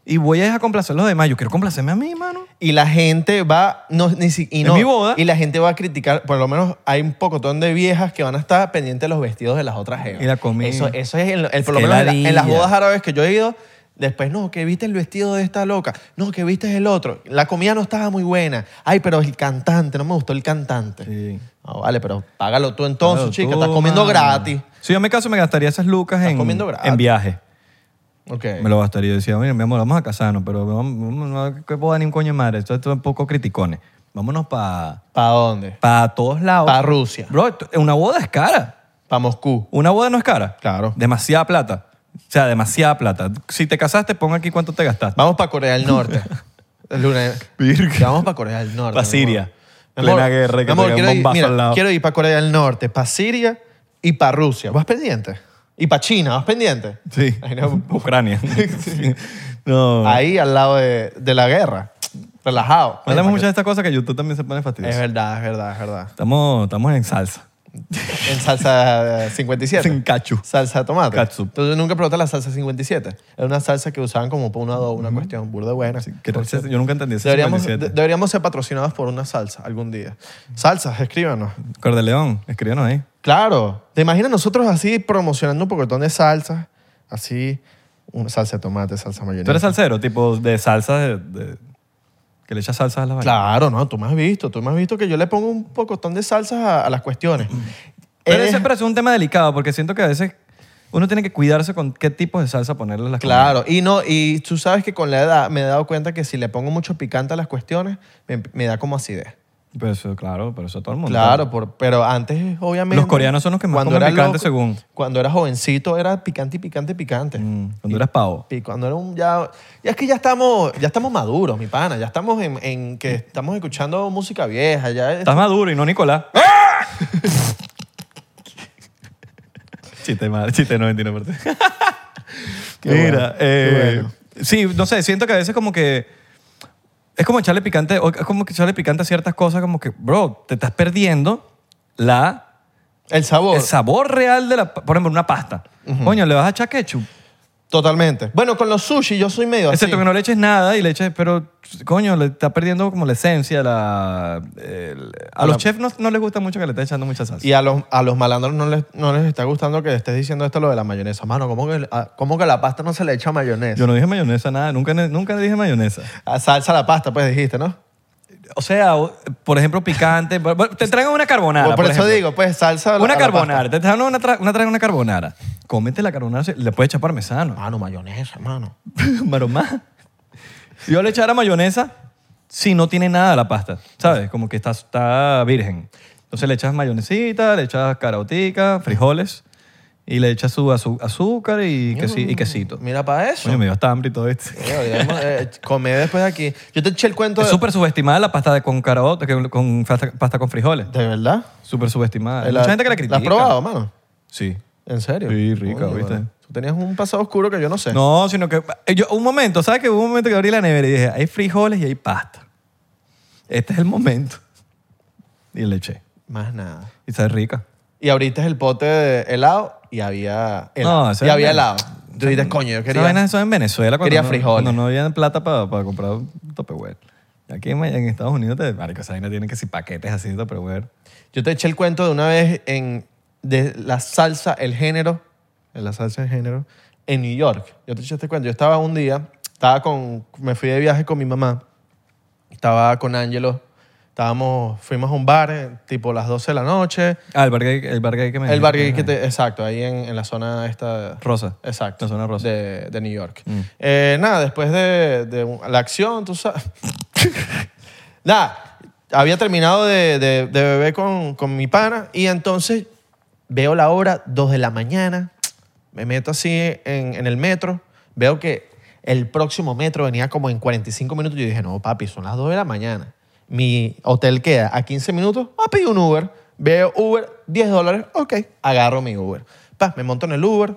[SPEAKER 1] y voy a ir a complacer a los demás. Yo quiero complacerme a mí, mano.
[SPEAKER 2] y la gente va, no, ni si, y
[SPEAKER 1] En
[SPEAKER 2] no,
[SPEAKER 1] mi boda.
[SPEAKER 2] y la gente va a criticar, por lo menos hay un pocotón de viejas que van a estar pendientes de los vestidos de las otras jevas.
[SPEAKER 1] Y la comida.
[SPEAKER 2] Eso, eso es, en lo- el- por lo
[SPEAKER 1] Qué
[SPEAKER 2] menos en, la- en las
[SPEAKER 1] ladilla.
[SPEAKER 2] bodas árabes que yo he ido, después, no, que viste el vestido de esta loca, no, que viste el otro, la comida no estaba muy buena, ay, pero el cantante, no me gustó el cantante.
[SPEAKER 1] Sí.
[SPEAKER 2] Ah, vale, pero págalo tú entonces,
[SPEAKER 1] Claro,
[SPEAKER 2] chica,
[SPEAKER 1] tú,
[SPEAKER 2] estás comiendo
[SPEAKER 1] mano.
[SPEAKER 2] gratis.
[SPEAKER 1] Si yo me caso, me gastaría esas lucas en,
[SPEAKER 2] comiendo gratis.
[SPEAKER 1] en viaje.
[SPEAKER 2] Ok.
[SPEAKER 1] Me lo gastaría. Yo decía, mira, mi amor, vamos a casarnos, pero vamos, vamos- no, que boda ni un coño de madre. Esto esto es un poco criticones. Vámonos para
[SPEAKER 2] ¿Para dónde?
[SPEAKER 1] pa todos lados.
[SPEAKER 2] Para Rusia,
[SPEAKER 1] Bro, esto- una boda es cara.
[SPEAKER 2] para Moscú.
[SPEAKER 1] Una boda no es cara.
[SPEAKER 2] Claro.
[SPEAKER 1] Demasiada plata. O sea, demasiada plata. Si te casaste, pon aquí cuánto te gastaste.
[SPEAKER 2] Vamos para Corea del Norte. Luna.
[SPEAKER 1] Virga.
[SPEAKER 2] Ya Vamos para Corea del Norte.
[SPEAKER 1] Pa'
[SPEAKER 2] mi
[SPEAKER 1] Siria.
[SPEAKER 2] amor.
[SPEAKER 1] Plena guerra, que
[SPEAKER 2] mi amor,
[SPEAKER 1] te cae un
[SPEAKER 2] quiero, ir,
[SPEAKER 1] bombazo
[SPEAKER 2] mira,
[SPEAKER 1] al lado.
[SPEAKER 2] quiero ir para Corea del Norte, para Siria y para Rusia. ¿Vas pendiente? Y para China, ¿vas pendiente?
[SPEAKER 1] Sí.
[SPEAKER 2] Ay, no.
[SPEAKER 1] Ucrania. no.
[SPEAKER 2] Ahí al lado de, de la guerra. Relajado.
[SPEAKER 1] Hablamos
[SPEAKER 2] Ay,
[SPEAKER 1] muchas de estas cosas que YouTube también se pone fastidioso.
[SPEAKER 2] Es verdad, es verdad, es verdad.
[SPEAKER 1] Estamos, estamos en salsa.
[SPEAKER 2] en salsa 57.
[SPEAKER 1] En cachu.
[SPEAKER 2] Salsa de tomate.
[SPEAKER 1] Katsu.
[SPEAKER 2] Entonces nunca probaste la salsa 57. Era una salsa que usaban como para un adobo, una cuestión burda buena.
[SPEAKER 1] Que
[SPEAKER 2] Por
[SPEAKER 1] yo nunca entendí ese
[SPEAKER 2] Deberíamos,
[SPEAKER 1] 57.
[SPEAKER 2] de- deberíamos ser patrocinados por una salsa algún día. Salsas, escríbanos.
[SPEAKER 1] Cordeleón, escríbanos ahí.
[SPEAKER 2] Claro. ¿Te imaginas nosotros así promocionando un pocotón de salsas? Así, una salsa de tomate, salsa de mayonesa.
[SPEAKER 1] ¿Tú eres salsero? Tipo de salsa de... de- que le echas salsas a las vainas.
[SPEAKER 2] Claro, no, tú me has visto. Tú me has visto que yo le pongo un pocotón de salsas a, a las cuestiones.
[SPEAKER 1] Pero
[SPEAKER 2] Eres-
[SPEAKER 1] ese pero es un tema delicado porque siento que a veces uno tiene que cuidarse con qué tipo de salsa ponerle a las
[SPEAKER 2] Claro, y no, y tú sabes que con la edad me he dado cuenta que si le pongo mucho picante a las cuestiones, me, me da como acidez.
[SPEAKER 1] comidas. Pero eso, claro, pero eso todo el mundo.
[SPEAKER 2] Claro, por- pero antes, obviamente.
[SPEAKER 1] Los coreanos son los que más
[SPEAKER 2] cuando
[SPEAKER 1] comen
[SPEAKER 2] era
[SPEAKER 1] picante, según.
[SPEAKER 2] Cuando era jovencito era picante, picante, picante.
[SPEAKER 1] Mm, cuando eras pavo.
[SPEAKER 2] Y cuando era un ya, ya es que ya estamos, ya estamos maduros, mi pana. Ya estamos en, en que
[SPEAKER 1] Mm.
[SPEAKER 2] estamos escuchando música vieja. Ya es-
[SPEAKER 1] Estás maduro y no Nicolás.
[SPEAKER 2] ¡Ah!
[SPEAKER 1] chiste mal, chiste 99%.
[SPEAKER 2] Qué
[SPEAKER 1] Mira,
[SPEAKER 2] bueno,
[SPEAKER 1] eh,
[SPEAKER 2] qué bueno.
[SPEAKER 1] sí, no sé, siento que a veces como que es como echarle picante, o es como que echarle picante a ciertas cosas como que, bro, te estás perdiendo la
[SPEAKER 2] el sabor.
[SPEAKER 1] el sabor real de la, por ejemplo, una pasta. Coño, le vas a echar ketchup.
[SPEAKER 2] Totalmente. Bueno, con los sushi yo soy medio así.
[SPEAKER 1] Excepto que no le eches nada y le eches, pero coño, le está perdiendo como la esencia, la, el- a los chefs no, no les gusta mucho que le estés echando mucha salsa.
[SPEAKER 2] Y a los, a los malandros no les, no les está gustando que estés diciendo esto lo de la mayonesa. Mano, ¿cómo que, a- cómo que a la pasta no se le echa mayonesa?
[SPEAKER 1] Yo no dije mayonesa nada, nunca, nunca dije mayonesa.
[SPEAKER 2] A salsa a la pasta, pues dijiste, ¿no?
[SPEAKER 1] O sea, o- por ejemplo, picante. bueno, Te traigo una carbonara.
[SPEAKER 2] Bueno, por, eso
[SPEAKER 1] ejemplo.
[SPEAKER 2] digo, pues salsa a la-
[SPEAKER 1] Una
[SPEAKER 2] a la
[SPEAKER 1] carbonara. Te traigo una, tra- una, traigo una carbonara. Cómete la carbonara, se- le puedes echar
[SPEAKER 2] pasta.
[SPEAKER 1] parmesano.
[SPEAKER 2] Mano, mayonesa, mano.
[SPEAKER 1] Pero más. Si yo le echara mayonesa, si no tiene nada la pasta, ¿sabes? Como que está, está virgen. Entonces le echas mayonesita, le echas carotica, frijoles y le echas su azu- azúcar y, quesi- y quesito.
[SPEAKER 2] Mira para eso.
[SPEAKER 1] Coño, me dio hasta hambre y todo esto.
[SPEAKER 2] Coño, digamos, eh, comer después de aquí. Yo te eché el cuento
[SPEAKER 1] Es
[SPEAKER 2] de...
[SPEAKER 1] súper subestimada la pasta de- con caraota, que- con pasta, pasta con frijoles.
[SPEAKER 2] ¿De verdad?
[SPEAKER 1] Súper subestimada. Ah, Hay
[SPEAKER 2] La-
[SPEAKER 1] Mucha gente que la critica.
[SPEAKER 2] has probado, mano?
[SPEAKER 1] Sí.
[SPEAKER 2] ¿En serio?
[SPEAKER 1] Sí, rica, ¿viste?
[SPEAKER 2] bueno. Tú tenías un pasado oscuro que yo no sé.
[SPEAKER 1] No, sino que eh, yo un momento, ¿sabes que hubo un momento que abrí la nevera y dije, hay frijoles y hay pasta. Este es el momento. Y le eché.
[SPEAKER 2] Más nada.
[SPEAKER 1] Y sabe rica.
[SPEAKER 2] Y abriste el pote de helado y había helado.
[SPEAKER 1] No, eso
[SPEAKER 2] y
[SPEAKER 1] es
[SPEAKER 2] había
[SPEAKER 1] menos.
[SPEAKER 2] helado. Tú dices, coño, yo
[SPEAKER 1] Esa vaina
[SPEAKER 2] quería...
[SPEAKER 1] eso en Venezuela cuando
[SPEAKER 2] quería
[SPEAKER 1] no,
[SPEAKER 2] frijoles.
[SPEAKER 1] cuando no había plata para comprar un Tupperware. Y Aquí en, en Estados Unidos, te, marico, esa vaina tiene que si paquetes así de Tupperware.
[SPEAKER 2] Yo te eché el cuento de una vez en de la salsa, el género, en la salsa, el género, en New York. Yo te eché este cuento. Yo estaba un día, estaba con, me fui de viaje con mi mamá, estaba con Angelo, estábamos, fuimos a un bar, eh, tipo las 12 de la noche,
[SPEAKER 1] Ah, el bar gay, el bar gay que me
[SPEAKER 2] el
[SPEAKER 1] dijiste.
[SPEAKER 2] bar que Eh, te, exacto, ahí en, en la zona esta...
[SPEAKER 1] Rosa.
[SPEAKER 2] Exacto.
[SPEAKER 1] La zona rosa.
[SPEAKER 2] De, de New York.
[SPEAKER 1] Mm.
[SPEAKER 2] Eh, nada, después de, de un- la acción, tú sabes. nada, había terminado de, de- de beber con, con mi pana y entonces veo la hora, 2 de la mañana, me meto así en, en el metro, veo que el próximo metro venía como en 45 minutos. Yo dije, no, papi, son las 2 de la mañana. Mi hotel queda a 15 minutos, voy a pedir un Uber. Veo Uber, 10 dólares, ok, agarro mi Uber. Pa, me monto en el Uber,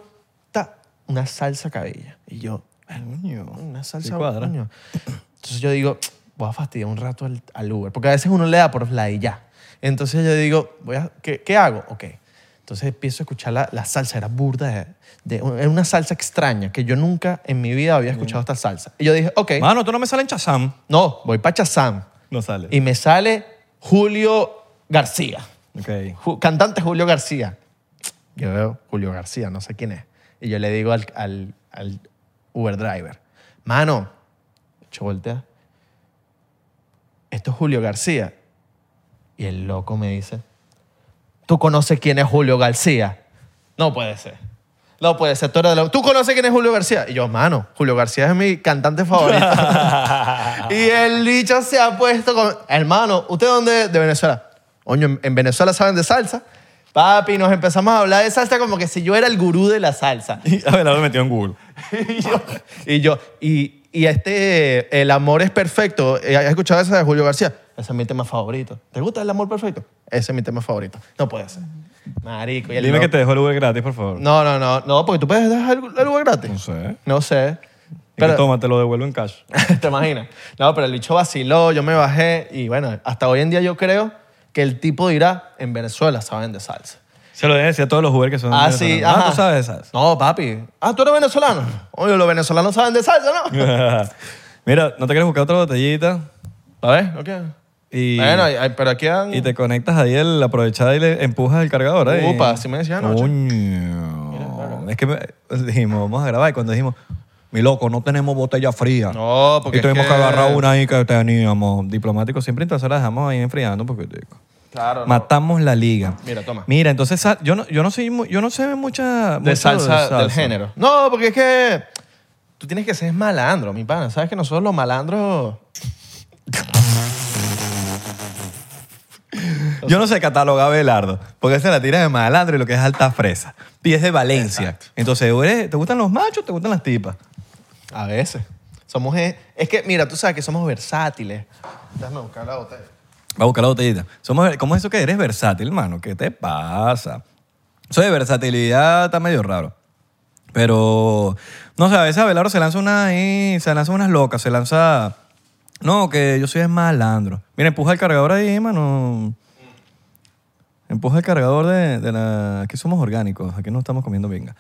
[SPEAKER 2] ta, una salsa cabella. Y yo,
[SPEAKER 1] Coño,
[SPEAKER 2] una
[SPEAKER 1] sí
[SPEAKER 2] salsa
[SPEAKER 1] cuadra.
[SPEAKER 2] coño. Entonces yo digo, voy a fastidiar un rato al, al Uber, porque a veces uno le da por la y ya. Entonces yo digo, voy a, ¿qué, qué hago? Ok. Entonces empiezo a escuchar la, la salsa, era burda, de, de- era una salsa extraña, que yo nunca en mi vida había escuchado
[SPEAKER 1] Mm.
[SPEAKER 2] esta salsa. Y yo dije, ok,
[SPEAKER 1] Mano, tú no me sales en Chazam.
[SPEAKER 2] no, voy para Chazam.
[SPEAKER 1] No sale.
[SPEAKER 2] Y me sale Julio García.
[SPEAKER 1] Ok.
[SPEAKER 2] Ju- cantante Julio García. Yo veo Julio García, no sé quién es. Y yo le digo al, al, al Uber driver, mano, yo voltea, esto es Julio García. Y el loco me dice, ¿tú conoces quién es Julio García? No puede ser. No puede ser, tú, eres de la- ¿Tú conoces quién es Julio García. Y yo, mano, Julio García es mi cantante favorito. y el bicho se ha puesto con... Hermano, ¿usted dónde es? De Venezuela. Oño, en, en Venezuela saben de salsa. Papi, nos empezamos a hablar de salsa como que si yo era el gurú de la salsa.
[SPEAKER 1] Y Abelardo metió en Google.
[SPEAKER 2] y yo, y, yo y, y este, El amor es perfecto. Eh, ¿Has escuchado esa de Julio García? Ese es mi tema favorito. ¿Te gusta El amor perfecto? Ese es mi tema favorito. No puede ser. Marico. y el
[SPEAKER 1] Dime que
[SPEAKER 2] loco-
[SPEAKER 1] te dejo el Uber gratis, por favor.
[SPEAKER 2] No, no, no, no, porque tú puedes dejar el, el Uber gratis.
[SPEAKER 1] No sé.
[SPEAKER 2] No sé.
[SPEAKER 1] Pero,
[SPEAKER 2] Pero,
[SPEAKER 1] toma, te lo devuelvo en cash.
[SPEAKER 2] ¿Te imaginas? No, pero el bicho vaciló, yo me bajé y bueno, hasta hoy en día yo creo que el tipo dirá, en Venezuela saben de salsa.
[SPEAKER 1] Se lo deben decir a todos los Uber que son
[SPEAKER 2] Ah, sí,
[SPEAKER 1] venezolanos. Ah,
[SPEAKER 2] ajá.
[SPEAKER 1] tú sabes de salsa.
[SPEAKER 2] No, papi. Ah, tú eres venezolano. Oye, los venezolanos saben de salsa, ¿no?
[SPEAKER 1] Mira, ¿no te quieres buscar otra botellita?
[SPEAKER 2] A ver, ok.
[SPEAKER 1] Y,
[SPEAKER 2] bueno, ay, ay, pero aquí dan...
[SPEAKER 1] y te conectas ahí el aprovechada y le empujas el cargador ahí.
[SPEAKER 2] Upa, así me decía anoche.
[SPEAKER 1] Coño. Es que me- pues, dijimos, vamos a grabar. Y cuando dijimos, mi loco, no tenemos botella fría.
[SPEAKER 2] No, porque
[SPEAKER 1] Y
[SPEAKER 2] es
[SPEAKER 1] tuvimos que...
[SPEAKER 2] que-
[SPEAKER 1] agarrar una ahí que teníamos. Diplomático, siempre entonces la dejamos ahí enfriando porque
[SPEAKER 2] Claro, no.
[SPEAKER 1] matamos la liga.
[SPEAKER 2] Mira, toma.
[SPEAKER 1] Mira, entonces sa- yo no, yo no, soy, mu- yo no sé mucha, mucho
[SPEAKER 2] de salsa, del género. No, porque es que tú tienes que ser malandro, mi pana. Sabes que nosotros los malandros...
[SPEAKER 1] Yo no sé catalogar a Belardo, porque se la tira de malandro y lo que es alta fresa. Y es de Valencia. Entonces, ¿o eres- ¿te gustan los machos o te gustan las tipas?
[SPEAKER 2] A veces. Somos... eh, Es que, mira, tú sabes que somos versátiles. Déjame buscar la botella.
[SPEAKER 1] Va a buscar la botellita. Somos, ¿Cómo es eso que eres versátil, mano? ¿Qué te pasa? Eso de versatilidad está medio raro. Pero, no sé, a veces Abelardo se lanza una ahí, se lanza unas locas, se lanza... No, que yo soy es malandro. Mira, empuja el cargador ahí, mano. Empuja el cargador de, de la... Aquí somos orgánicos, aquí no estamos comiendo venga.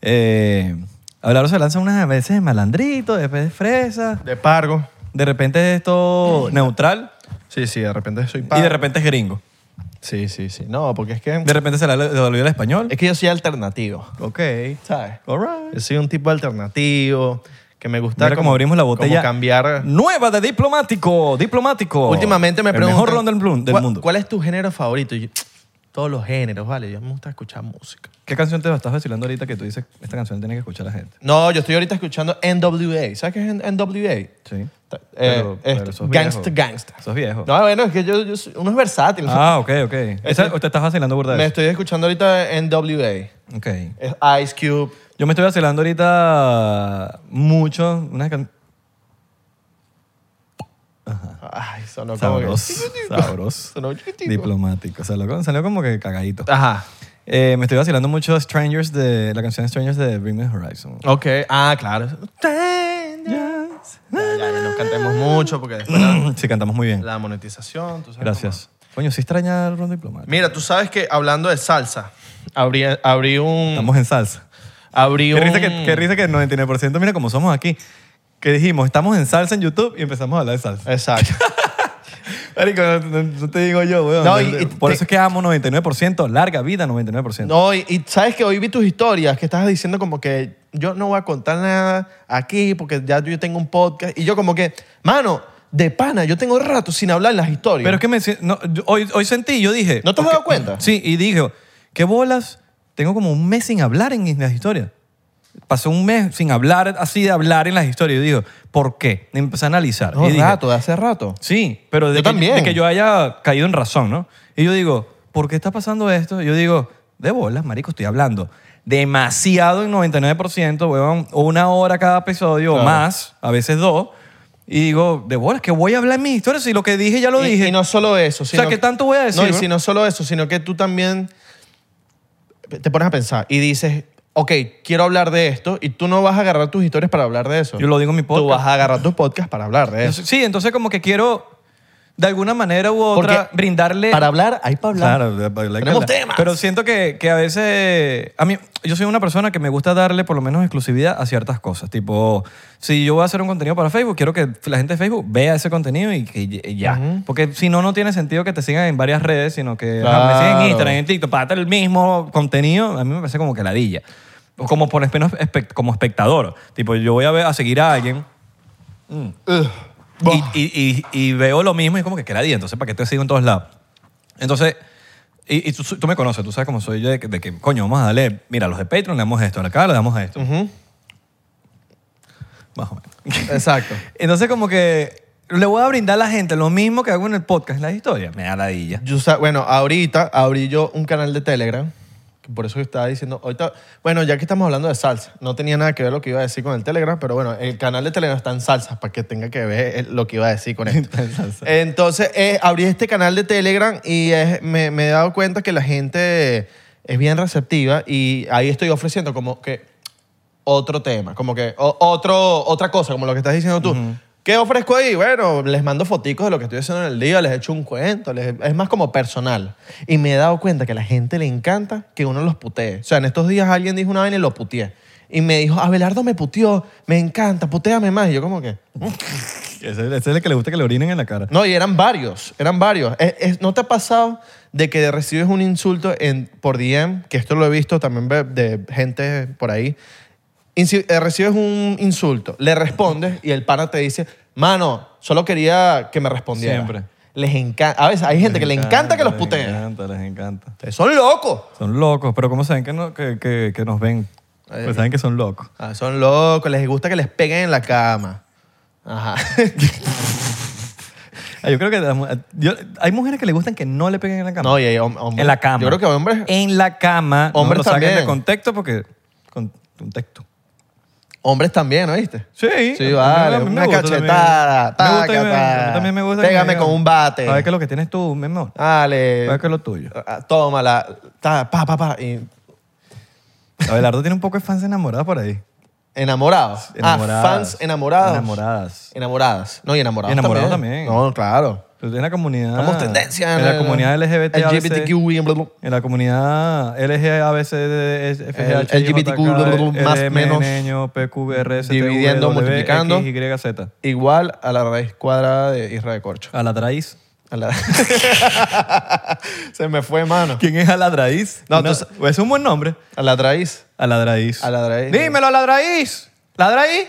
[SPEAKER 1] Eh, Abelardo se lanza unas a veces de malandrito, después de fresa.
[SPEAKER 2] De pargo.
[SPEAKER 1] De repente esto neutral
[SPEAKER 2] Sí, sí, de repente soy
[SPEAKER 1] y
[SPEAKER 2] pargo.
[SPEAKER 1] de repente es gringo.
[SPEAKER 2] Sí, sí, sí. No, porque es que...
[SPEAKER 1] De repente se le le olvidó el español.
[SPEAKER 2] Es que yo soy alternativo,
[SPEAKER 1] Ok.
[SPEAKER 2] ¿sabes?
[SPEAKER 1] All right.
[SPEAKER 2] Yo soy un tipo alternativo que me gusta
[SPEAKER 1] Mira cómo abrimos la botella.
[SPEAKER 2] como cambiar...
[SPEAKER 1] Nueva de diplomático. Diplomático.
[SPEAKER 2] Últimamente me
[SPEAKER 1] el
[SPEAKER 2] preguntan...
[SPEAKER 1] Mejor ron del, blun- del
[SPEAKER 2] "¿Cuál-
[SPEAKER 1] mundo.
[SPEAKER 2] ¿Cuál es tu género favorito? Y yo, todos los géneros, vale. Yo me gusta escuchar música.
[SPEAKER 1] ¿Qué canción te estás vacilando ahorita que tú dices esta canción tiene que escuchar la gente?
[SPEAKER 2] No, yo estoy ahorita escuchando NWA. ¿Sabes qué es NWA?
[SPEAKER 1] Sí.
[SPEAKER 2] Ta- eh,
[SPEAKER 1] Pero-
[SPEAKER 2] este,
[SPEAKER 1] pero sos
[SPEAKER 2] gangsta,
[SPEAKER 1] viejo.
[SPEAKER 2] gangsta.
[SPEAKER 1] Sos viejo.
[SPEAKER 2] No, bueno, es que yo, yo soy- uno es versátil.
[SPEAKER 1] Ah, ok, ok. Esa- o te estás vacilando burda
[SPEAKER 2] me
[SPEAKER 1] de eso.
[SPEAKER 2] estoy escuchando ahorita NWA.
[SPEAKER 1] Ok.
[SPEAKER 2] Es Ice Cube.
[SPEAKER 1] Yo me estoy vacilando ahorita mucho. Una can-
[SPEAKER 2] Ay, sonó como que...
[SPEAKER 1] Sabros. Sabros.
[SPEAKER 2] Sonó chiquitico.
[SPEAKER 1] Diplomático. Salió, salió como que cagadito.
[SPEAKER 2] Ajá.
[SPEAKER 1] Eh, me estoy vacilando mucho Strangers de la canción Strangers de Bring Me the Horizon.
[SPEAKER 2] Ok. Ah, claro. Ya, ya, ya no cantemos mucho porque después la,
[SPEAKER 1] Sí, cantamos muy bien.
[SPEAKER 2] la monetización, tú sabes
[SPEAKER 1] Gracias. Coño, sí extraña el ron
[SPEAKER 2] cómo.
[SPEAKER 1] diplomático.
[SPEAKER 2] Mira, tú sabes que hablando de salsa, abrí, abrí un...
[SPEAKER 1] Estamos en salsa.
[SPEAKER 2] Abrí
[SPEAKER 1] Qué
[SPEAKER 2] un...
[SPEAKER 1] risa, que, qué risa que el 99%, mira cómo somos aquí. Que dijimos, estamos en salsa en YouTube y empezamos a hablar de salsa.
[SPEAKER 2] Exacto.
[SPEAKER 1] Marico, no, no- no te digo yo, weón.
[SPEAKER 2] No, y- y
[SPEAKER 1] Por
[SPEAKER 2] te-
[SPEAKER 1] eso es que amo 99%, larga vida 99%.
[SPEAKER 2] No, y, y sabes que hoy vi tus historias que estabas diciendo como que yo no voy a contar nada aquí porque ya yo tengo un podcast. Y yo como que, mano, de pana, yo tengo rato sin hablar en las historias.
[SPEAKER 1] Pero es que me, si- no, yo- hoy, hoy sentí, yo dije...
[SPEAKER 2] ¿No te has
[SPEAKER 1] ok,
[SPEAKER 2] dado cuenta?
[SPEAKER 1] Sí, y dije, ¿qué bolas? Tengo como un mes sin hablar en las historias. Pasó un mes sin hablar, así de hablar en las historias. Yo digo, ¿por qué? Y empecé a analizar.
[SPEAKER 2] No,
[SPEAKER 1] y dije,
[SPEAKER 2] rato, de hace rato.
[SPEAKER 1] Sí, pero de,
[SPEAKER 2] Yo
[SPEAKER 1] que,
[SPEAKER 2] también.
[SPEAKER 1] de que yo haya caído en razón, ¿no? Y yo digo, ¿por qué está pasando esto? Yo digo, de bolas, marico, estoy hablando demasiado en 99%, weón, una hora cada episodio o
[SPEAKER 2] Claro.
[SPEAKER 1] más, a veces dos. Y digo, de bolas, que voy a hablar en mis historias si lo que dije ya lo
[SPEAKER 2] Y-
[SPEAKER 1] dije.
[SPEAKER 2] Y, no solo eso. Sino
[SPEAKER 1] sea, ¿qué tanto voy a decir,
[SPEAKER 2] No, y
[SPEAKER 1] bro?
[SPEAKER 2] si no solo eso, sino que tú también te pones a pensar y dices, ok, quiero hablar de esto y tú no vas a agarrar tus historias para hablar de eso.
[SPEAKER 1] Yo lo digo en mi
[SPEAKER 2] Tú
[SPEAKER 1] podcast.
[SPEAKER 2] vas a agarrar tus podcasts para hablar
[SPEAKER 1] Eh.
[SPEAKER 2] de eso.
[SPEAKER 1] Sí, entonces como que quiero, de alguna manera u otra,
[SPEAKER 2] Porque
[SPEAKER 1] brindarle...
[SPEAKER 2] Para hablar, hay para hablar.
[SPEAKER 1] Claro, de- de- de-
[SPEAKER 2] Tenemos
[SPEAKER 1] de-
[SPEAKER 2] temas.
[SPEAKER 1] Pero siento que, que a veces. A mí, yo soy una persona que me gusta darle por lo menos exclusividad a ciertas cosas. Tipo, si yo voy a hacer un contenido para Facebook, quiero que la gente de Facebook vea ese contenido y que y- y ya. Porque si no, no tiene sentido que te sigan en varias redes, sino que ah, me siguen en
[SPEAKER 2] Claro.
[SPEAKER 1] Instagram, en TikTok, para dar el mismo contenido. A mí me parece como que ladilla. O Como por lo menos espe- como espectador. Tipo, yo voy a, ver, a seguir a alguien. Y, y- y- y veo lo mismo y es como que qué ladilla, entonces, ¿para qué te sigo en todos lados? Entonces, y, y tú, tú me conoces, tú sabes cómo soy yo, de, que- de que, coño, vamos a darle, mira, a los de Patreon le damos esto, a la cara le damos esto. Más o menos.
[SPEAKER 2] Exacto.
[SPEAKER 1] Entonces, como que le voy a brindar a la gente lo mismo que hago en el podcast, en las historias. Me da ladilla.
[SPEAKER 2] Yo sa- bueno, ahorita abrí yo un canal de Telegram, que por eso que estaba diciendo, ahorita, bueno, ya que estamos hablando de salsa, no tenía nada que ver lo que iba a decir con el Telegram, pero bueno, el canal de Telegram está en salsa, para que tenga que ver el- lo que iba a decir con esto.
[SPEAKER 1] Está en salsa.
[SPEAKER 2] Entonces, eh, abrí este canal de Telegram y es- me, me he dado cuenta que la gente es bien receptiva y ahí estoy ofreciendo como que otro tema, como que o- otro, otra cosa, como lo que estás diciendo tú. que ¿Qué ofrezco ahí? Bueno, les mando foticos de lo que estoy haciendo en el día, les echo un cuento, les- es más como personal. Y me he dado cuenta que a la gente le encanta que uno los putee. O sea, en estos días alguien dijo una vaina y lo puteé. Y me dijo, Abelardo me puteó, me encanta, puteame más. Y yo como que...
[SPEAKER 1] Ese, ese es el que le gusta que le orinen en la cara.
[SPEAKER 2] No, y eran varios, eran varios. Es- es- ¿No te ha pasado de que recibes un insulto en, por DM? Que esto lo he visto también ve- de gente por ahí. Inci- eh, recibes un insulto, le respondes y el pana te dice, mano, solo quería que me respondiera.
[SPEAKER 1] Siempre.
[SPEAKER 2] Les encanta. A veces hay gente que le encanta que los
[SPEAKER 1] les
[SPEAKER 2] puteen.
[SPEAKER 1] encanta, les encanta.
[SPEAKER 2] Ustedes son locos.
[SPEAKER 1] Son locos, pero ¿cómo saben que, no- que, que- que nos ven?
[SPEAKER 2] Eh.
[SPEAKER 1] Pues saben que son locos.
[SPEAKER 2] Ah, son locos, les gusta que les peguen en la cama. Ajá.
[SPEAKER 1] Ah, Yo creo que las mu- yo- hay mujeres que le gustan que no le peguen en la cama.
[SPEAKER 2] no, y hay hom- hombres.
[SPEAKER 1] en la cama.
[SPEAKER 2] Yo creo que hombres,
[SPEAKER 1] En la cama.
[SPEAKER 2] Hombres
[SPEAKER 1] no lo saquen
[SPEAKER 2] también.
[SPEAKER 1] de contexto porque... Con, contexto.
[SPEAKER 2] hombres también, ¿no viste?
[SPEAKER 1] Sí.
[SPEAKER 2] Sí, vale,
[SPEAKER 1] A mí me
[SPEAKER 2] una
[SPEAKER 1] gusta también.
[SPEAKER 2] cachetada,
[SPEAKER 1] Me gusta y me-
[SPEAKER 2] tácata.
[SPEAKER 1] a mí también me gusta. que
[SPEAKER 2] Pégame
[SPEAKER 1] me digan,
[SPEAKER 2] con un bate.
[SPEAKER 1] A ver qué es lo que tienes tú, mi amor. A
[SPEAKER 2] Dale.
[SPEAKER 1] ver qué es lo tuyo.
[SPEAKER 2] Ah, Tómala. Ta, pa, pa, pa. Y
[SPEAKER 1] Abelardo tiene un poco de fans enamorados por ahí.
[SPEAKER 2] enamorados.
[SPEAKER 1] Enamoradas.
[SPEAKER 2] Ah, fans enamorados.
[SPEAKER 1] Enamoradas.
[SPEAKER 2] Enamoradas. No, y enamorados.
[SPEAKER 1] Y enamorados también.
[SPEAKER 2] No, claro.
[SPEAKER 1] Entonces, en la comunidad...
[SPEAKER 2] Estamos tendencia.
[SPEAKER 1] En la comunidad LGBT. a veces-
[SPEAKER 2] LGBTQ. y bla, bla.
[SPEAKER 1] En la comunidad E LGABCDFGH,
[SPEAKER 2] El LGBTQ+, más, menos, dividiendo, multiplicando.
[SPEAKER 1] YZ.
[SPEAKER 2] Igual a la raíz cuadrada de Israel Corcho.
[SPEAKER 1] Aladraíz.
[SPEAKER 2] A la- Se me fue, mano.
[SPEAKER 1] ¿Quién es Aladraíz?
[SPEAKER 2] No,
[SPEAKER 1] Una-
[SPEAKER 2] tú
[SPEAKER 1] es un buen nombre.
[SPEAKER 2] A la raíz.
[SPEAKER 1] Aladraíz.
[SPEAKER 2] Aladraíz.
[SPEAKER 1] Dímelo, Aladraíz. ¿Ladraíz?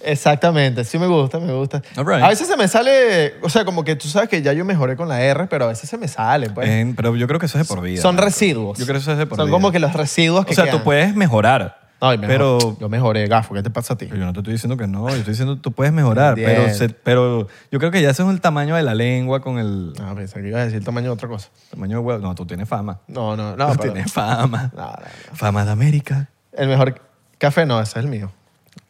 [SPEAKER 2] Exactamente, sí me gusta, me gusta.
[SPEAKER 1] All right.
[SPEAKER 2] A veces se me sale, o sea, como que tú sabes que ya yo mejoré con la R, pero a veces se me sale, pues.
[SPEAKER 1] En- pero yo creo que eso es de por vida.
[SPEAKER 2] Son
[SPEAKER 1] ¿no?
[SPEAKER 2] residuos.
[SPEAKER 1] Yo creo que eso es de por
[SPEAKER 2] Son
[SPEAKER 1] vida.
[SPEAKER 2] como que los residuos que
[SPEAKER 1] O sea,
[SPEAKER 2] quedan.
[SPEAKER 1] tú puedes mejorar.
[SPEAKER 2] No, y mejor-
[SPEAKER 1] pero
[SPEAKER 2] Yo mejoré, gafo, ¿qué te pasa a ti?
[SPEAKER 1] yo no te estoy diciendo que no. Yo estoy diciendo que tú puedes mejorar. Pero,
[SPEAKER 2] Bien.
[SPEAKER 1] se- pero yo creo que ya ese es el tamaño de la lengua con el
[SPEAKER 2] Ah, pensé que ibas a decir el tamaño de otra cosa.
[SPEAKER 1] tamaño de huevo. No, tú tienes fama.
[SPEAKER 2] No, no, no.
[SPEAKER 1] tú
[SPEAKER 2] pero-
[SPEAKER 1] tienes fama.
[SPEAKER 2] No, no, no.
[SPEAKER 1] Fama de América.
[SPEAKER 2] El mejor café no, ese es el mío.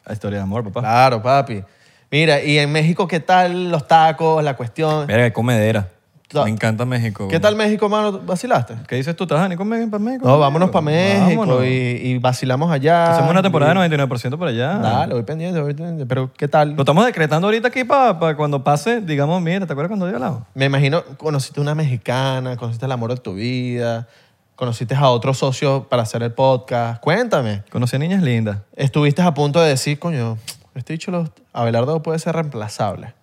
[SPEAKER 1] La historia de amor, papá.
[SPEAKER 2] Claro, papi. Mira, y en México, ¿qué tal los tacos, la cuestión?
[SPEAKER 1] Mira, qué comedera.
[SPEAKER 2] Claro.
[SPEAKER 1] Me encanta México.
[SPEAKER 2] ¿Qué tal México, mano? ¿Vacilaste?
[SPEAKER 1] ¿Qué dices tú? ¿Te vas a venir con México para México?
[SPEAKER 2] No, vámonos para México
[SPEAKER 1] Vámonos.
[SPEAKER 2] y, y vacilamos allá.
[SPEAKER 1] Hacemos una temporada
[SPEAKER 2] Y-
[SPEAKER 1] de 99% por allá.
[SPEAKER 2] Ah, Dale, voy pendiente, voy pendiente. Pero, ¿qué tal?
[SPEAKER 1] Lo estamos decretando ahorita aquí para cuando pase, digamos, mira, ¿te acuerdas cuando yo hablaba?
[SPEAKER 2] Me imagino, conociste una mexicana, conociste el amor de tu vida, conociste a otro socio para hacer el podcast. Cuéntame.
[SPEAKER 1] Conocí a niñas lindas.
[SPEAKER 2] Estuviste a punto de decir, coño, este dicho, los- Abelardo puede ser reemplazable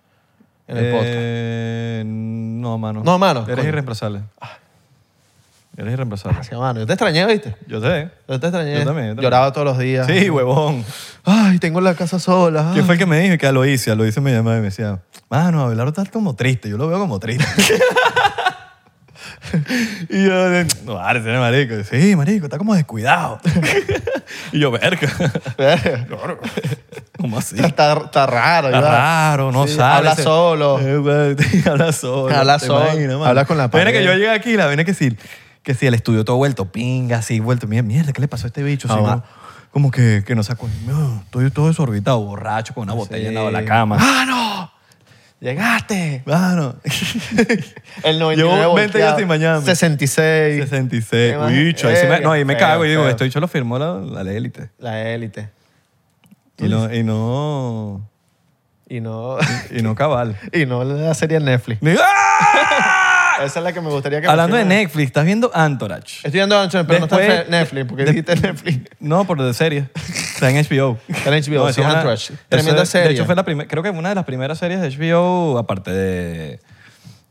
[SPEAKER 2] en el podcast.
[SPEAKER 1] Eh, No, mano.
[SPEAKER 2] No, mano,
[SPEAKER 1] Eres
[SPEAKER 2] coño. Ah.
[SPEAKER 1] irreemplazable. Eres irreemplazable.
[SPEAKER 2] Gracias, mano. Yo te extrañé, ¿viste?
[SPEAKER 1] Yo sé.
[SPEAKER 2] Yo te extrañé.
[SPEAKER 1] Yo también, yo también.
[SPEAKER 2] Lloraba todos los días.
[SPEAKER 1] Sí, huevón.
[SPEAKER 2] Ay, tengo la casa sola.
[SPEAKER 1] ¿Quién fue el que me dijo? Y que Aloysia. Aloysia me llamaba y me decía, mano, Abelardo está como triste. Yo lo veo como triste. y yo, de, no, vale, tiene marico. Sí, marico, está como descuidado. y yo, verga. ¿Cómo así?
[SPEAKER 2] está, está raro.
[SPEAKER 1] Está
[SPEAKER 2] ¿verdad?
[SPEAKER 1] raro, no
[SPEAKER 2] Sí,
[SPEAKER 1] sale.
[SPEAKER 2] Habla
[SPEAKER 1] se-
[SPEAKER 2] solo.
[SPEAKER 1] Eh, güey, habla solo.
[SPEAKER 2] Habla
[SPEAKER 1] ¿te
[SPEAKER 2] solo,
[SPEAKER 1] imaginas, mano?
[SPEAKER 2] habla con la
[SPEAKER 1] Imagina
[SPEAKER 2] pared.
[SPEAKER 1] que yo llegué aquí y la ven que si, que si el estudio todo vuelto pinga, así vuelto. Mierda, mierda, ¿qué le pasó a este bicho? Así
[SPEAKER 2] Ah, va.
[SPEAKER 1] como, como que, que no sacó. No, Estoy todo desorbitado, borracho, con una botella al lado de la cama. ¡Ah,
[SPEAKER 2] ¡Ah, no! ¡Llegaste!
[SPEAKER 1] Mano.
[SPEAKER 2] El 99
[SPEAKER 1] Llevo 20
[SPEAKER 2] volteado.
[SPEAKER 1] días sin bañarme.
[SPEAKER 2] 66.
[SPEAKER 1] 66.
[SPEAKER 2] Qué
[SPEAKER 1] Bicho, ahí sí me,
[SPEAKER 2] maravilla.
[SPEAKER 1] no, ahí me
[SPEAKER 2] Feo,
[SPEAKER 1] cago y digo,
[SPEAKER 2] feo.
[SPEAKER 1] este bicho lo firmó la, la ley élite.
[SPEAKER 2] La élite.
[SPEAKER 1] Y no, y no,
[SPEAKER 2] Y no,
[SPEAKER 1] y no cabal.
[SPEAKER 2] y no la serie Netflix.
[SPEAKER 1] Digo, ¡ah!
[SPEAKER 2] Esa es la que me gustaría que me
[SPEAKER 1] Hablando de
[SPEAKER 2] firmen.
[SPEAKER 1] Netflix, ¿estás viendo Antorach?
[SPEAKER 2] Estoy viendo Anchor, pero no está
[SPEAKER 1] Después-
[SPEAKER 2] en fe- Netflix, porque
[SPEAKER 1] de-
[SPEAKER 2] dijiste Netflix.
[SPEAKER 1] No, por de serie. Está en HBO.
[SPEAKER 2] Está en
[SPEAKER 1] No,
[SPEAKER 2] HBO,
[SPEAKER 1] eso
[SPEAKER 2] sí,
[SPEAKER 1] es una-
[SPEAKER 2] Entourage.
[SPEAKER 1] eso es-
[SPEAKER 2] Tremenda serie.
[SPEAKER 1] De hecho, fue la primera, creo que una de las primeras series de HBO, aparte de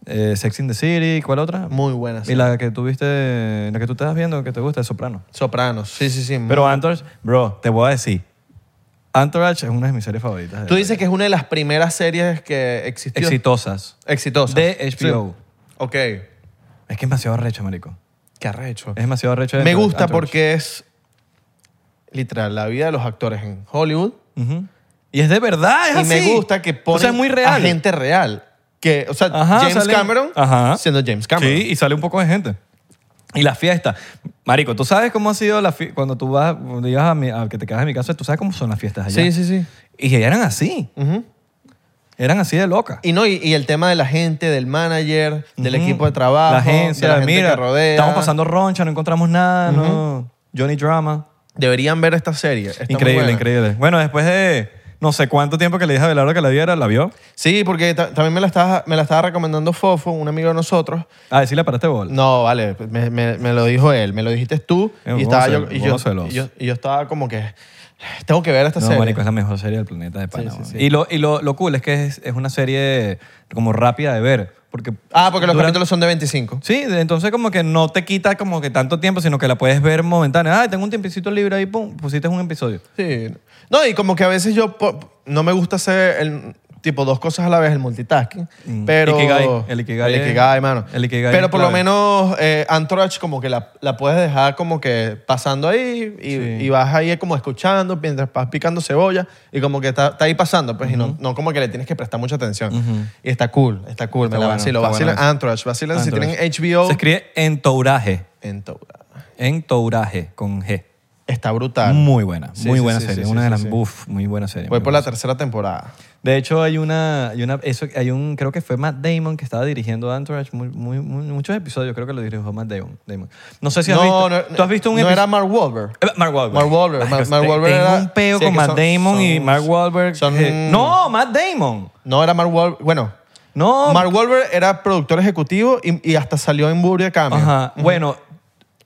[SPEAKER 1] eh, Sex in the City, ¿cuál otra?
[SPEAKER 2] Muy buena
[SPEAKER 1] Y
[SPEAKER 2] serie.
[SPEAKER 1] la que tú viste, la que tú estás viendo, que te gusta, es Soprano.
[SPEAKER 2] Sopranos, sí, sí, sí.
[SPEAKER 1] Pero Antorach, bro, te voy a decir, Antorach es una de mis series favoritas. de
[SPEAKER 2] Tú
[SPEAKER 1] la
[SPEAKER 2] dices que es una de las primeras series que
[SPEAKER 1] vida.
[SPEAKER 2] existió.
[SPEAKER 1] Exitosas.
[SPEAKER 2] Exitosa.
[SPEAKER 1] De HBO.
[SPEAKER 2] Sí. Ok.
[SPEAKER 1] Es que es demasiado recha, marico.
[SPEAKER 2] Qué arrecho.
[SPEAKER 1] Es demasiado recha.
[SPEAKER 2] Me
[SPEAKER 1] Entourage-
[SPEAKER 2] gusta
[SPEAKER 1] Entourage.
[SPEAKER 2] porque es literal la vida de los actores en Hollywood.
[SPEAKER 1] Ujú. Y es de verdad, es
[SPEAKER 2] y
[SPEAKER 1] así.
[SPEAKER 2] me gusta que
[SPEAKER 1] O
[SPEAKER 2] ponen
[SPEAKER 1] sea, es muy real.
[SPEAKER 2] a gente real. Que, o sea,
[SPEAKER 1] Ajá,
[SPEAKER 2] James
[SPEAKER 1] sale-
[SPEAKER 2] Cameron
[SPEAKER 1] Ajá.
[SPEAKER 2] siendo James Cameron.
[SPEAKER 1] Sí, y sale un poco de gente. Y la fiesta. Marico, ¿tú sabes cómo ha sido la fiesta? Cuando tú vas, cuando llegas a, mi- a que te quedas en mi casa, ¿tú sabes cómo son las fiestas allá?
[SPEAKER 2] sí, sí. sí.
[SPEAKER 1] Y ellas eran así.
[SPEAKER 2] Ujú.
[SPEAKER 1] Eran así de locas.
[SPEAKER 2] Y no, y, y el tema de la gente, del manager, del
[SPEAKER 1] Ujú.
[SPEAKER 2] equipo de trabajo,
[SPEAKER 1] La agencia,
[SPEAKER 2] de la gente
[SPEAKER 1] mira,
[SPEAKER 2] que rodea.
[SPEAKER 1] estamos pasando roncha, no encontramos nada, no. Johnny Drama.
[SPEAKER 2] Deberían ver esta serie. Está muy
[SPEAKER 1] increíble,
[SPEAKER 2] buena.
[SPEAKER 1] increíble. Bueno, después de, no sé cuánto tiempo que le dije a Belardo que la viera, la vio.
[SPEAKER 2] Sí, porque ta- también me la, estaba, me la estaba recomendando Fofo, un amigo de nosotros.
[SPEAKER 1] A decirle Ah, paraste bola.
[SPEAKER 2] No, vale, me, me- me lo dijo él, me lo dijiste tú.
[SPEAKER 1] Eh,
[SPEAKER 2] y,
[SPEAKER 1] vamos
[SPEAKER 2] estaba
[SPEAKER 1] a-
[SPEAKER 2] yo, y, yo,
[SPEAKER 1] vamos a celoso.
[SPEAKER 2] y yo- y yo estaba como que, tengo que ver esta
[SPEAKER 1] No,
[SPEAKER 2] serie.
[SPEAKER 1] marico, es la mejor serie del planeta de Panamá.
[SPEAKER 2] sí, sí.
[SPEAKER 1] Y, lo, y lo, lo cool es que es, es una serie como rápida de ver. Porque
[SPEAKER 2] ah, porque los
[SPEAKER 1] duran-
[SPEAKER 2] capítulos son de 25.
[SPEAKER 1] Sí, de- entonces como que no te quita como que tanto tiempo, sino que la puedes ver momentánea. Ah, tengo un tiempecito libre ahí, pum, pusiste un episodio.
[SPEAKER 2] Sí. No, y como que a veces yo po- no me gusta hacer el, tipo dos cosas a la vez, el multitasking.
[SPEAKER 1] Mm.
[SPEAKER 2] Pero,
[SPEAKER 1] Ikigai, el Ikigai
[SPEAKER 2] El
[SPEAKER 1] es-
[SPEAKER 2] Ikigai, mano.
[SPEAKER 1] el Ikigai
[SPEAKER 2] pero
[SPEAKER 1] es
[SPEAKER 2] por lo
[SPEAKER 1] clave.
[SPEAKER 2] menos eh, Entourage como que la, la puedes dejar como que pasando ahí y,
[SPEAKER 1] Sí.
[SPEAKER 2] y vas ahí como escuchando mientras vas picando cebolla y como que está, está ahí pasando, pues, y no, no como que le tienes que prestar mucha atención. Y está cool, está cool,
[SPEAKER 1] Está
[SPEAKER 2] me la
[SPEAKER 1] bueno,
[SPEAKER 2] vacilo.
[SPEAKER 1] está bueno
[SPEAKER 2] Vacilan
[SPEAKER 1] eso.
[SPEAKER 2] Entourage, vacilan si
[SPEAKER 1] Entourage.
[SPEAKER 2] tienen HBO.
[SPEAKER 1] Se escribe entouraje.
[SPEAKER 2] Entourage.
[SPEAKER 1] Entouraje con G.
[SPEAKER 2] Está brutal.
[SPEAKER 1] Muy buena,
[SPEAKER 2] Sí,
[SPEAKER 1] muy
[SPEAKER 2] sí,
[SPEAKER 1] buena
[SPEAKER 2] sí,
[SPEAKER 1] serie.
[SPEAKER 2] sí,
[SPEAKER 1] una
[SPEAKER 2] sí,
[SPEAKER 1] de las.
[SPEAKER 2] sí.
[SPEAKER 1] Uf, muy buena serie.
[SPEAKER 2] Voy
[SPEAKER 1] muy
[SPEAKER 2] por
[SPEAKER 1] buena
[SPEAKER 2] la tercera temporada.
[SPEAKER 1] De hecho, hay una, hay una, eso, hay un, creo que fue Matt Damon que estaba dirigiendo Entourage, muy, muy, muy- muchos episodios, creo que lo dirigió Matt Damon. Damon. No sé si has visto, tú has visto un
[SPEAKER 2] no
[SPEAKER 1] episodio-
[SPEAKER 2] era Mark Wahlberg.
[SPEAKER 1] Eh, Mark Wahlberg.
[SPEAKER 2] Mark Wahlberg.
[SPEAKER 1] Marico,
[SPEAKER 2] Mar- Mark
[SPEAKER 1] te-
[SPEAKER 2] Wahlberg
[SPEAKER 1] tengo
[SPEAKER 2] era-
[SPEAKER 1] un peo
[SPEAKER 2] sí,
[SPEAKER 1] con
[SPEAKER 2] que
[SPEAKER 1] Matt
[SPEAKER 2] son-
[SPEAKER 1] Damon y
[SPEAKER 2] son-
[SPEAKER 1] Mark Wahlberg.
[SPEAKER 2] son-
[SPEAKER 1] eh, no, Matt Damon.
[SPEAKER 2] No era Mark Wahlberg. Bueno,
[SPEAKER 1] No.
[SPEAKER 2] Mark Wahlberg era productor ejecutivo y, y hasta salió en Burger Cambio.
[SPEAKER 1] Ajá. Bueno,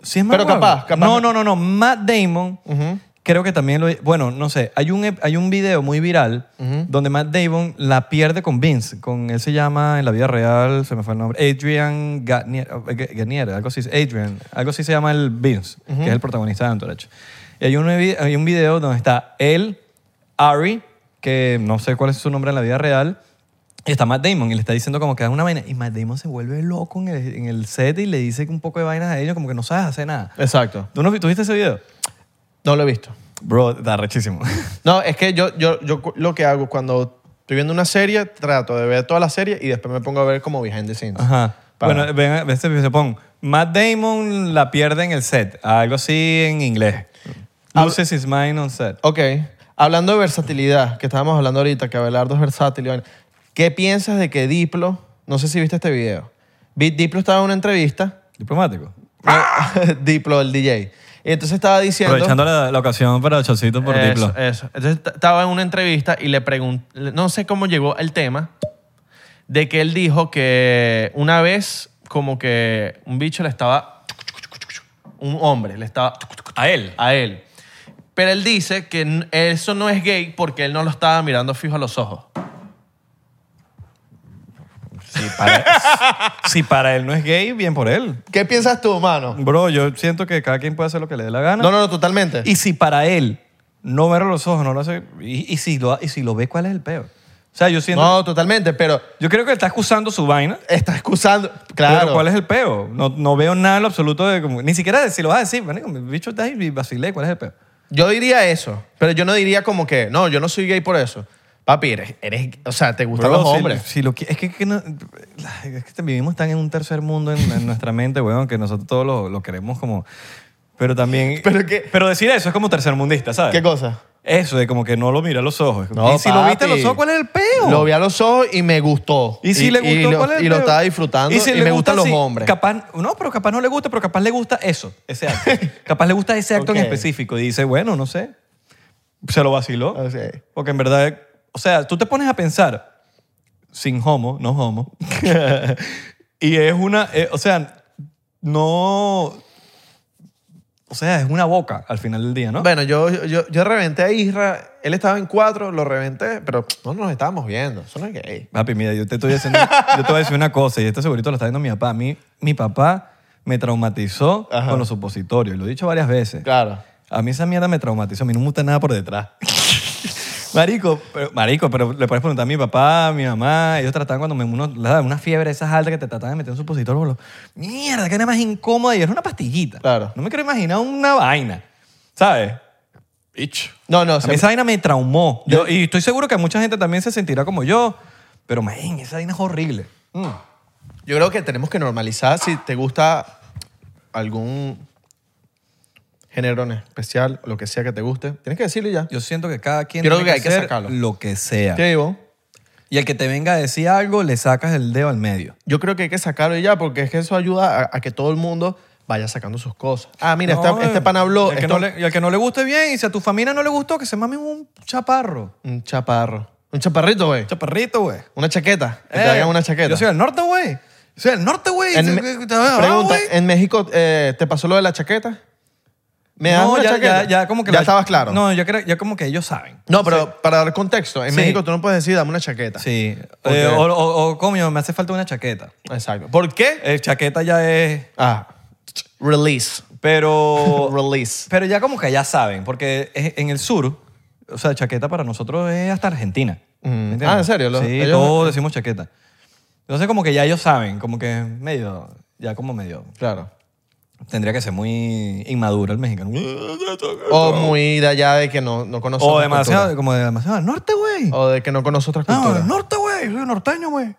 [SPEAKER 1] sí es Mark
[SPEAKER 2] Pero capaz,
[SPEAKER 1] Wahlberg.
[SPEAKER 2] capaz.
[SPEAKER 1] No, no, no, no. Matt Damon, creo que también lo. Bueno, no sé. Hay un, ep- hay un video muy viral donde Matt Damon la pierde con Vince. Con él se llama en la vida real, se me fue el nombre. Adrian Gatnier, Gatnier, algo así. Adrian, algo así se llama el Vince, que es el protagonista de Entourage. Y hay un, vi- hay un video donde está él, Ari, que no sé cuál es su nombre en la vida real. Y está Matt Damon y le está diciendo como que da una vaina. Y Matt Damon se vuelve loco en el, en el set y le dice un poco de vainas a ellos, como que no sabes hacer nada.
[SPEAKER 2] Exacto.
[SPEAKER 1] ¿Tú, no, vi- ¿tú viste ese video?
[SPEAKER 2] No lo he visto.
[SPEAKER 1] Bro, está rechísimo.
[SPEAKER 2] No, es que yo, yo, yo cu- lo que hago cuando estoy viendo una serie, trato de ver toda la serie y después me pongo a ver como behind the scenes.
[SPEAKER 1] Ajá.
[SPEAKER 2] Para-
[SPEAKER 1] Bueno, ven, ven este video, se pon. Matt Damon la pierde en el set. Algo así en inglés.
[SPEAKER 2] Hab-
[SPEAKER 1] Loses his mind on set.
[SPEAKER 2] Ok. Hablando de versatilidad, que estábamos hablando ahorita, que Abelardo es versátil. y vaina. ¿Qué piensas de que Diplo, no sé si viste este video, Vi- Diplo estaba en una entrevista,
[SPEAKER 1] Diplomático. Ah.
[SPEAKER 2] Diplo, el DJ, y entonces estaba diciendo...
[SPEAKER 1] Aprovechando la, la ocasión para Chocito por
[SPEAKER 2] eso, eh.
[SPEAKER 1] Diplo.
[SPEAKER 2] eso. Entonces t- estaba en una entrevista y le pregunté, no sé cómo llegó el tema, de que él dijo que una vez como que un bicho le estaba, un hombre le estaba
[SPEAKER 1] A él.
[SPEAKER 2] a él. Pero él dice que n- eso no es gay porque él no lo estaba mirando fijo a los ojos.
[SPEAKER 1] Si para, si para él no es gay, bien por él.
[SPEAKER 2] ¿Qué piensas tú, mano?
[SPEAKER 1] Bro, yo siento que cada quien puede hacer lo que le dé la gana.
[SPEAKER 2] No, no, no, totalmente.
[SPEAKER 1] Y si para él no ver los ojos no lo hace. Y, y si, lo, y si lo ve, ¿cuál es el peor? O sea, yo siento.
[SPEAKER 2] no, totalmente, pero
[SPEAKER 1] Yo creo que él está excusando su vaina.
[SPEAKER 2] está excusando.
[SPEAKER 1] Pero
[SPEAKER 2] Claro.
[SPEAKER 1] ¿cuál es el peo? No, no veo nada en lo absoluto de como- ni siquiera de si lo vas a decir, "Marico, mi bicho está ahí y vacilé, ¿cuál es el peo?
[SPEAKER 2] Yo diría eso, pero yo no diría como que, no, yo no soy gay por eso. Papi, eres, eres o sea, te gustan
[SPEAKER 1] Bro,
[SPEAKER 2] los
[SPEAKER 1] si-
[SPEAKER 2] hombres.
[SPEAKER 1] Si, lo, qui- es que, que no- es que vivimos tan en un tercer mundo en, en nuestra mente, weón, que nosotros todos lo, lo queremos como... Pero también...
[SPEAKER 2] Pero que-
[SPEAKER 1] pero decir eso es como tercermundista, ¿sabes?
[SPEAKER 2] ¿Qué cosa?
[SPEAKER 1] Eso de como que no lo mira a los ojos.
[SPEAKER 2] No,
[SPEAKER 1] y si lo viste a los
[SPEAKER 2] papi.
[SPEAKER 1] ojos, ¿cuál es el peo?
[SPEAKER 2] Lo vi a los ojos y me gustó.
[SPEAKER 1] Y si le gustó,
[SPEAKER 2] y lo,
[SPEAKER 1] ¿cuál es el
[SPEAKER 2] y lo
[SPEAKER 1] peor?
[SPEAKER 2] estaba disfrutando y,
[SPEAKER 1] si le
[SPEAKER 2] me
[SPEAKER 1] gusta,
[SPEAKER 2] gustan los
[SPEAKER 1] sí,
[SPEAKER 2] hombres.
[SPEAKER 1] Capaz, no, pero capaz no le gusta, pero capaz le gusta eso, ese acto. capaz le gusta ese acto
[SPEAKER 2] Ok.
[SPEAKER 1] en específico. Y dice, bueno, no sé. Se lo vaciló.
[SPEAKER 2] Ok.
[SPEAKER 1] Porque en verdad, o sea, tú te pones a pensar, sin homo, no homo. y es una, eh, o sea, no. O sea, es una boca al final del día, ¿no?
[SPEAKER 2] Bueno, yo, yo, yo reventé a Isra, él estaba en cuatro, lo reventé, pero no nos estábamos viendo. Eso no es gay.
[SPEAKER 1] Papi, mira, yo te estoy diciendo, yo te voy a decir una cosa, y esto segurito lo está viendo mi papá. A mí, mi papá me traumatizó
[SPEAKER 2] Ajá.
[SPEAKER 1] con los supositorios, lo he dicho varias veces.
[SPEAKER 2] Claro.
[SPEAKER 1] A mí esa mierda me traumatizó, a mí no me gusta nada por detrás. Marico, pero, marico, pero le puedes preguntar a mi papá, a mi mamá, ellos trataban cuando me uno, le daban una fiebre esas altas que te trataban de meter un supositor, boludo. Mierda, que era más incómoda y era una pastillita.
[SPEAKER 2] Claro.
[SPEAKER 1] No me quiero imaginar una vaina, ¿sabes? Bicho.
[SPEAKER 2] No, no,
[SPEAKER 1] A
[SPEAKER 2] se-
[SPEAKER 1] mí esa vaina me traumó. Yo- y estoy seguro que mucha gente también se sentirá como yo. Pero, man, esa vaina es horrible.
[SPEAKER 2] yo creo que tenemos que normalizar si te gusta algún género en especial, lo que sea que te guste. Tienes que decirlo y ya.
[SPEAKER 1] Yo siento que cada quien
[SPEAKER 2] Creo
[SPEAKER 1] tiene
[SPEAKER 2] que hay que
[SPEAKER 1] hacer
[SPEAKER 2] sacarlo.
[SPEAKER 1] lo que sea.
[SPEAKER 2] ¿Qué digo?
[SPEAKER 1] Y el que te venga a decir algo, le sacas el dedo al medio.
[SPEAKER 2] Yo creo que hay que sacarlo y ya, porque es que eso ayuda a, a que todo el mundo vaya sacando sus cosas. Ah, mira,
[SPEAKER 1] No, eh,
[SPEAKER 2] este, este pan
[SPEAKER 1] Y
[SPEAKER 2] habló.
[SPEAKER 1] al, que
[SPEAKER 2] esto-
[SPEAKER 1] no le, y al que no le guste bien, y si a tu familia no le gustó, que se mame un chaparro.
[SPEAKER 2] Un chaparro. Un chaparrito, güey.
[SPEAKER 1] Chaparrito, güey.
[SPEAKER 2] Una chaqueta. Que te
[SPEAKER 1] Eh,
[SPEAKER 2] hagan una chaqueta.
[SPEAKER 1] Yo soy del norte, güey. Yo soy del norte, güey.
[SPEAKER 2] En
[SPEAKER 1] Se-
[SPEAKER 2] Me-
[SPEAKER 1] te- te- ah,
[SPEAKER 2] pregunta,
[SPEAKER 1] güey.
[SPEAKER 2] ¿en México eh, te pasó lo de la chaqueta? ¿Me das
[SPEAKER 1] no,
[SPEAKER 2] una
[SPEAKER 1] ya,
[SPEAKER 2] chaqueta?
[SPEAKER 1] ya, ya como que...
[SPEAKER 2] Ya
[SPEAKER 1] la-
[SPEAKER 2] estabas claro. No,
[SPEAKER 1] No, yo creo, ya como que ellos saben.
[SPEAKER 2] pero para dar contexto, en
[SPEAKER 1] Sí.
[SPEAKER 2] México tú no puedes decir dame una chaqueta.
[SPEAKER 1] Sí.
[SPEAKER 2] Ok.
[SPEAKER 1] Eh, o, o, o, coño, me hace falta una chaqueta.
[SPEAKER 2] Exacto. ¿Por qué?
[SPEAKER 1] Eh, chaqueta ya es...
[SPEAKER 2] Ah, release.
[SPEAKER 1] Pero...
[SPEAKER 2] Release.
[SPEAKER 1] Pero ya como que ya saben, porque es- en el sur, o sea, chaqueta para nosotros es hasta Argentina.
[SPEAKER 2] Mm.
[SPEAKER 1] ¿entiendes?
[SPEAKER 2] Ah, ¿en serio? Los-
[SPEAKER 1] sí,
[SPEAKER 2] ellos-
[SPEAKER 1] todos decimos chaqueta. Entonces como que ya ellos saben, como que medio, ya como medio,
[SPEAKER 2] Claro.
[SPEAKER 1] tendría que ser muy inmaduro el mexicano.
[SPEAKER 2] O muy de allá de que no, no conoces
[SPEAKER 1] O
[SPEAKER 2] otras
[SPEAKER 1] demasiado, como de demasiado al norte, güey.
[SPEAKER 2] culturas. O de que no conoces otras
[SPEAKER 1] No,
[SPEAKER 2] culturas.
[SPEAKER 1] al norte, güey, soy norteño, güey.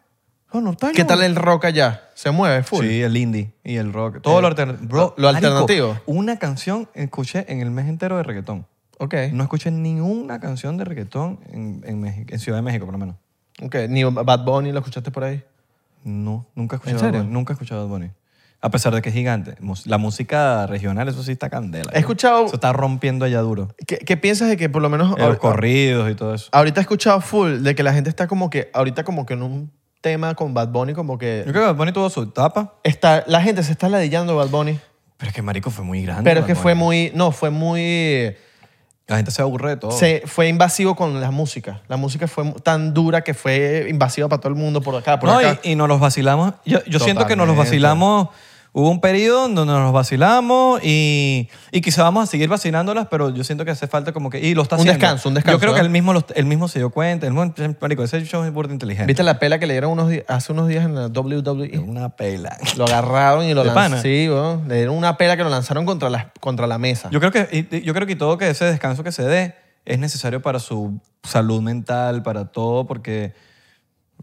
[SPEAKER 1] Soy norteño.
[SPEAKER 2] ¿Qué tal
[SPEAKER 1] güey.
[SPEAKER 2] el rock allá? ¿Se mueve full?
[SPEAKER 1] Sí, el indie y el rock. Todo
[SPEAKER 2] Eh,
[SPEAKER 1] lo, alter- bro,
[SPEAKER 2] lo
[SPEAKER 1] marico,
[SPEAKER 2] alternativo.
[SPEAKER 1] Una canción escuché en el mes entero de reggaetón.
[SPEAKER 2] Ok.
[SPEAKER 1] No escuché ninguna canción de reggaetón en, en, Meji- en Ciudad de México, por lo menos.
[SPEAKER 2] Ok. ¿Ni Bad Bunny lo escuchaste por ahí?
[SPEAKER 1] No, nunca he
[SPEAKER 2] ¿En
[SPEAKER 1] escuchado
[SPEAKER 2] serio?
[SPEAKER 1] Bad Bunny, Nunca he escuchado a Bad Bunny. A pesar de que es gigante. Mus- La música regional, eso sí está candela.
[SPEAKER 2] He escuchado...
[SPEAKER 1] Eso está rompiendo allá duro.
[SPEAKER 2] ¿Qué, qué piensas de que por lo menos...
[SPEAKER 1] Eh, Los
[SPEAKER 2] ahor-
[SPEAKER 1] corridos y todo eso.
[SPEAKER 2] Ahorita he escuchado full de que la gente está como que... Ahorita como que en un tema con Bad Bunny como
[SPEAKER 1] Yo
[SPEAKER 2] que...
[SPEAKER 1] creo que Bad Bunny tuvo su etapa.
[SPEAKER 2] Está, la gente se está ladillando Bad Bunny.
[SPEAKER 1] Pero es que Marico fue muy grande.
[SPEAKER 2] Pero
[SPEAKER 1] Bad
[SPEAKER 2] es que fue
[SPEAKER 1] Bunny.
[SPEAKER 2] muy... No, fue muy...
[SPEAKER 1] La gente se aburre de todo.
[SPEAKER 2] Se, fue invasivo con la música. La música fue mu- tan dura que fue invasiva para todo el mundo por acá, Ah, por
[SPEAKER 1] No,
[SPEAKER 2] acá.
[SPEAKER 1] y, y nos los vacilamos. Yo, yo siento que nos los
[SPEAKER 2] Totalmente.
[SPEAKER 1] vacilamos. Hubo un periodo en donde nos los vacilamos y, y quizá vamos a seguir vacilándolas, pero yo siento que hace falta como que... Y lo está
[SPEAKER 2] Un
[SPEAKER 1] haciendo.
[SPEAKER 2] descanso, un descanso,
[SPEAKER 1] Yo creo
[SPEAKER 2] ¿eh?
[SPEAKER 1] que él mismo, los- él mismo se dio cuenta. Él, marico, ese show es burda inteligente.
[SPEAKER 2] ¿Viste la pela que le dieron unos di- hace unos días en la E? WWE?
[SPEAKER 1] Una pela.
[SPEAKER 2] Lo agarraron y lo
[SPEAKER 1] ¿De
[SPEAKER 2] lanzaron.
[SPEAKER 1] pana?
[SPEAKER 2] Sí, weón. le dieron una pela que lo lanzaron contra la, contra la mesa.
[SPEAKER 1] Yo creo que, y- y- yo creo que todo que ese descanso que se dé es necesario para su salud mental, para todo, porque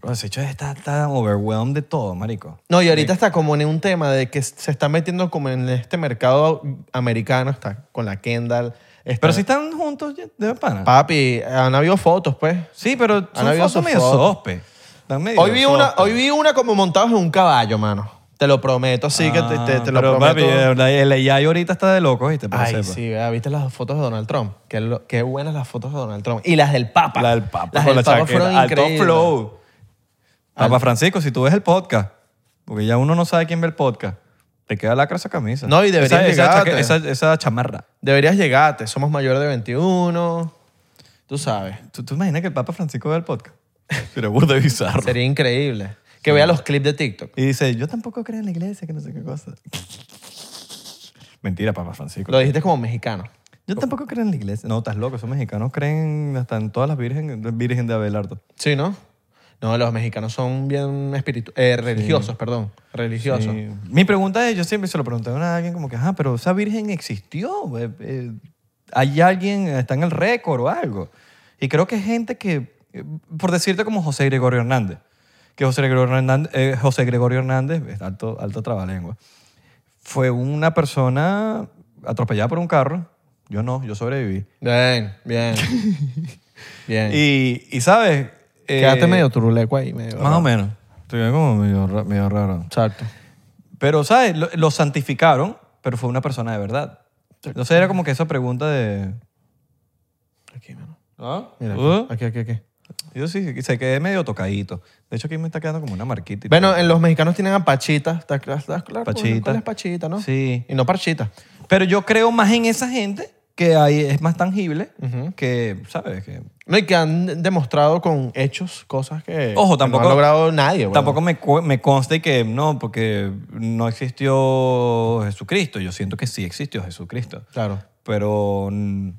[SPEAKER 1] bro, ese hecho está, está overwhelmed de todo, marico.
[SPEAKER 2] No, y ahorita está como en un tema de que se está metiendo como en este mercado americano, está con la Kendall. está-
[SPEAKER 1] Pero si están juntos, ya, de pana.
[SPEAKER 2] Papi, han habido fotos, pues.
[SPEAKER 1] Sí, pero son
[SPEAKER 2] habido
[SPEAKER 1] fotos
[SPEAKER 2] sus
[SPEAKER 1] medio
[SPEAKER 2] fotos.
[SPEAKER 1] sospe. Están medio
[SPEAKER 2] Hoy vi, una,
[SPEAKER 1] sospe.
[SPEAKER 2] hoy vi una como montados en un caballo, mano. Te lo prometo, así que te, te- te lo
[SPEAKER 1] Ah, pero,
[SPEAKER 2] prometo.
[SPEAKER 1] papi, el el AI ahorita está de loco, ¿viste? Para que
[SPEAKER 2] Ay,
[SPEAKER 1] sepa.
[SPEAKER 2] sí, vea, ¿viste las fotos de Donald Trump? Qué, lo- qué buenas las fotos de Donald Trump. Y las del Papa.
[SPEAKER 1] La del Papa
[SPEAKER 2] Las
[SPEAKER 1] con
[SPEAKER 2] del
[SPEAKER 1] la
[SPEAKER 2] Papa
[SPEAKER 1] chaqueta.
[SPEAKER 2] fueron
[SPEAKER 1] Alto
[SPEAKER 2] increíbles.
[SPEAKER 1] flow. Papa Francisco, si tú ves el podcast, porque ya uno no sabe quién ve el podcast, te queda lacra esa camisa.
[SPEAKER 2] No, y deberías
[SPEAKER 1] esa, esa,
[SPEAKER 2] llegarte.
[SPEAKER 1] chaque- esa, esa chamarra.
[SPEAKER 2] Deberías llegarte, somos mayores de 21. Tú sabes.
[SPEAKER 1] ¿Tú, tú imaginas que el Papa Francisco ve el podcast? Pero burda de bizarro.
[SPEAKER 2] Sería increíble. Que vea los clips de TikTok.
[SPEAKER 1] Y dice, yo tampoco creo en la iglesia, que no sé qué cosa. Mentira, Papa Francisco.
[SPEAKER 2] Lo dijiste como mexicano.
[SPEAKER 1] Yo tampoco creo en la iglesia. No, estás loco. Esos mexicanos creen hasta en todas las virgen, virgen de Abelardo.
[SPEAKER 2] Sí, ¿no? No, los mexicanos son bien espiritu eh, religiosos, perdón. Religiosos.
[SPEAKER 1] Sí. Eh, Mi pregunta es, yo siempre se lo pregunté a alguien como que, ajá, pero esa virgen existió. eh, eh, hay alguien, está en el récord o algo. Y creo que gente que, eh, por decirte como José Gregorio Hernández, que José Gregorio Hernández, eh, José Gregorio Hernández es alto, alto trabalengua, fue una persona atropellada por un carro. Yo no, yo sobreviví.
[SPEAKER 2] Bien, bien. bien.
[SPEAKER 1] Y, y ¿sabes? Eh,
[SPEAKER 2] Quédate medio turuleco ahí. Medio,
[SPEAKER 1] Más o menos. Estoy como medio, ra- medio raro.
[SPEAKER 2] Exacto.
[SPEAKER 1] Pero, ¿sabes? Lo, lo santificaron, pero fue una persona de verdad. Entonces era como que esa pregunta de...
[SPEAKER 2] Aquí, mano.
[SPEAKER 1] ¿Ah?
[SPEAKER 2] Mira, aquí,
[SPEAKER 1] Uh,
[SPEAKER 2] aquí, aquí, aquí.
[SPEAKER 1] Yo sí, se quedé medio tocadito. De hecho, aquí me está quedando como una marquita. y
[SPEAKER 2] Bueno,
[SPEAKER 1] todo.
[SPEAKER 2] en los mexicanos tienen a Pachita. ¿Estás cl- estás claro? con-
[SPEAKER 1] Pachita.
[SPEAKER 2] ¿Cuál es Pachita, no?
[SPEAKER 1] Sí.
[SPEAKER 2] Y no Parchita.
[SPEAKER 1] Pero yo creo más en esa gente que ahí es más tangible
[SPEAKER 2] Ujú.
[SPEAKER 1] que, ¿sabes? Que...
[SPEAKER 2] No, y que han demostrado con hechos cosas que,
[SPEAKER 1] Ojo,
[SPEAKER 2] que
[SPEAKER 1] tampoco-
[SPEAKER 2] no ha logrado nadie. weón.
[SPEAKER 1] Tampoco me, cu- me consta y que no, porque no existió Jesucristo. Yo siento que sí existió Jesucristo.
[SPEAKER 2] Claro.
[SPEAKER 1] Pero mm,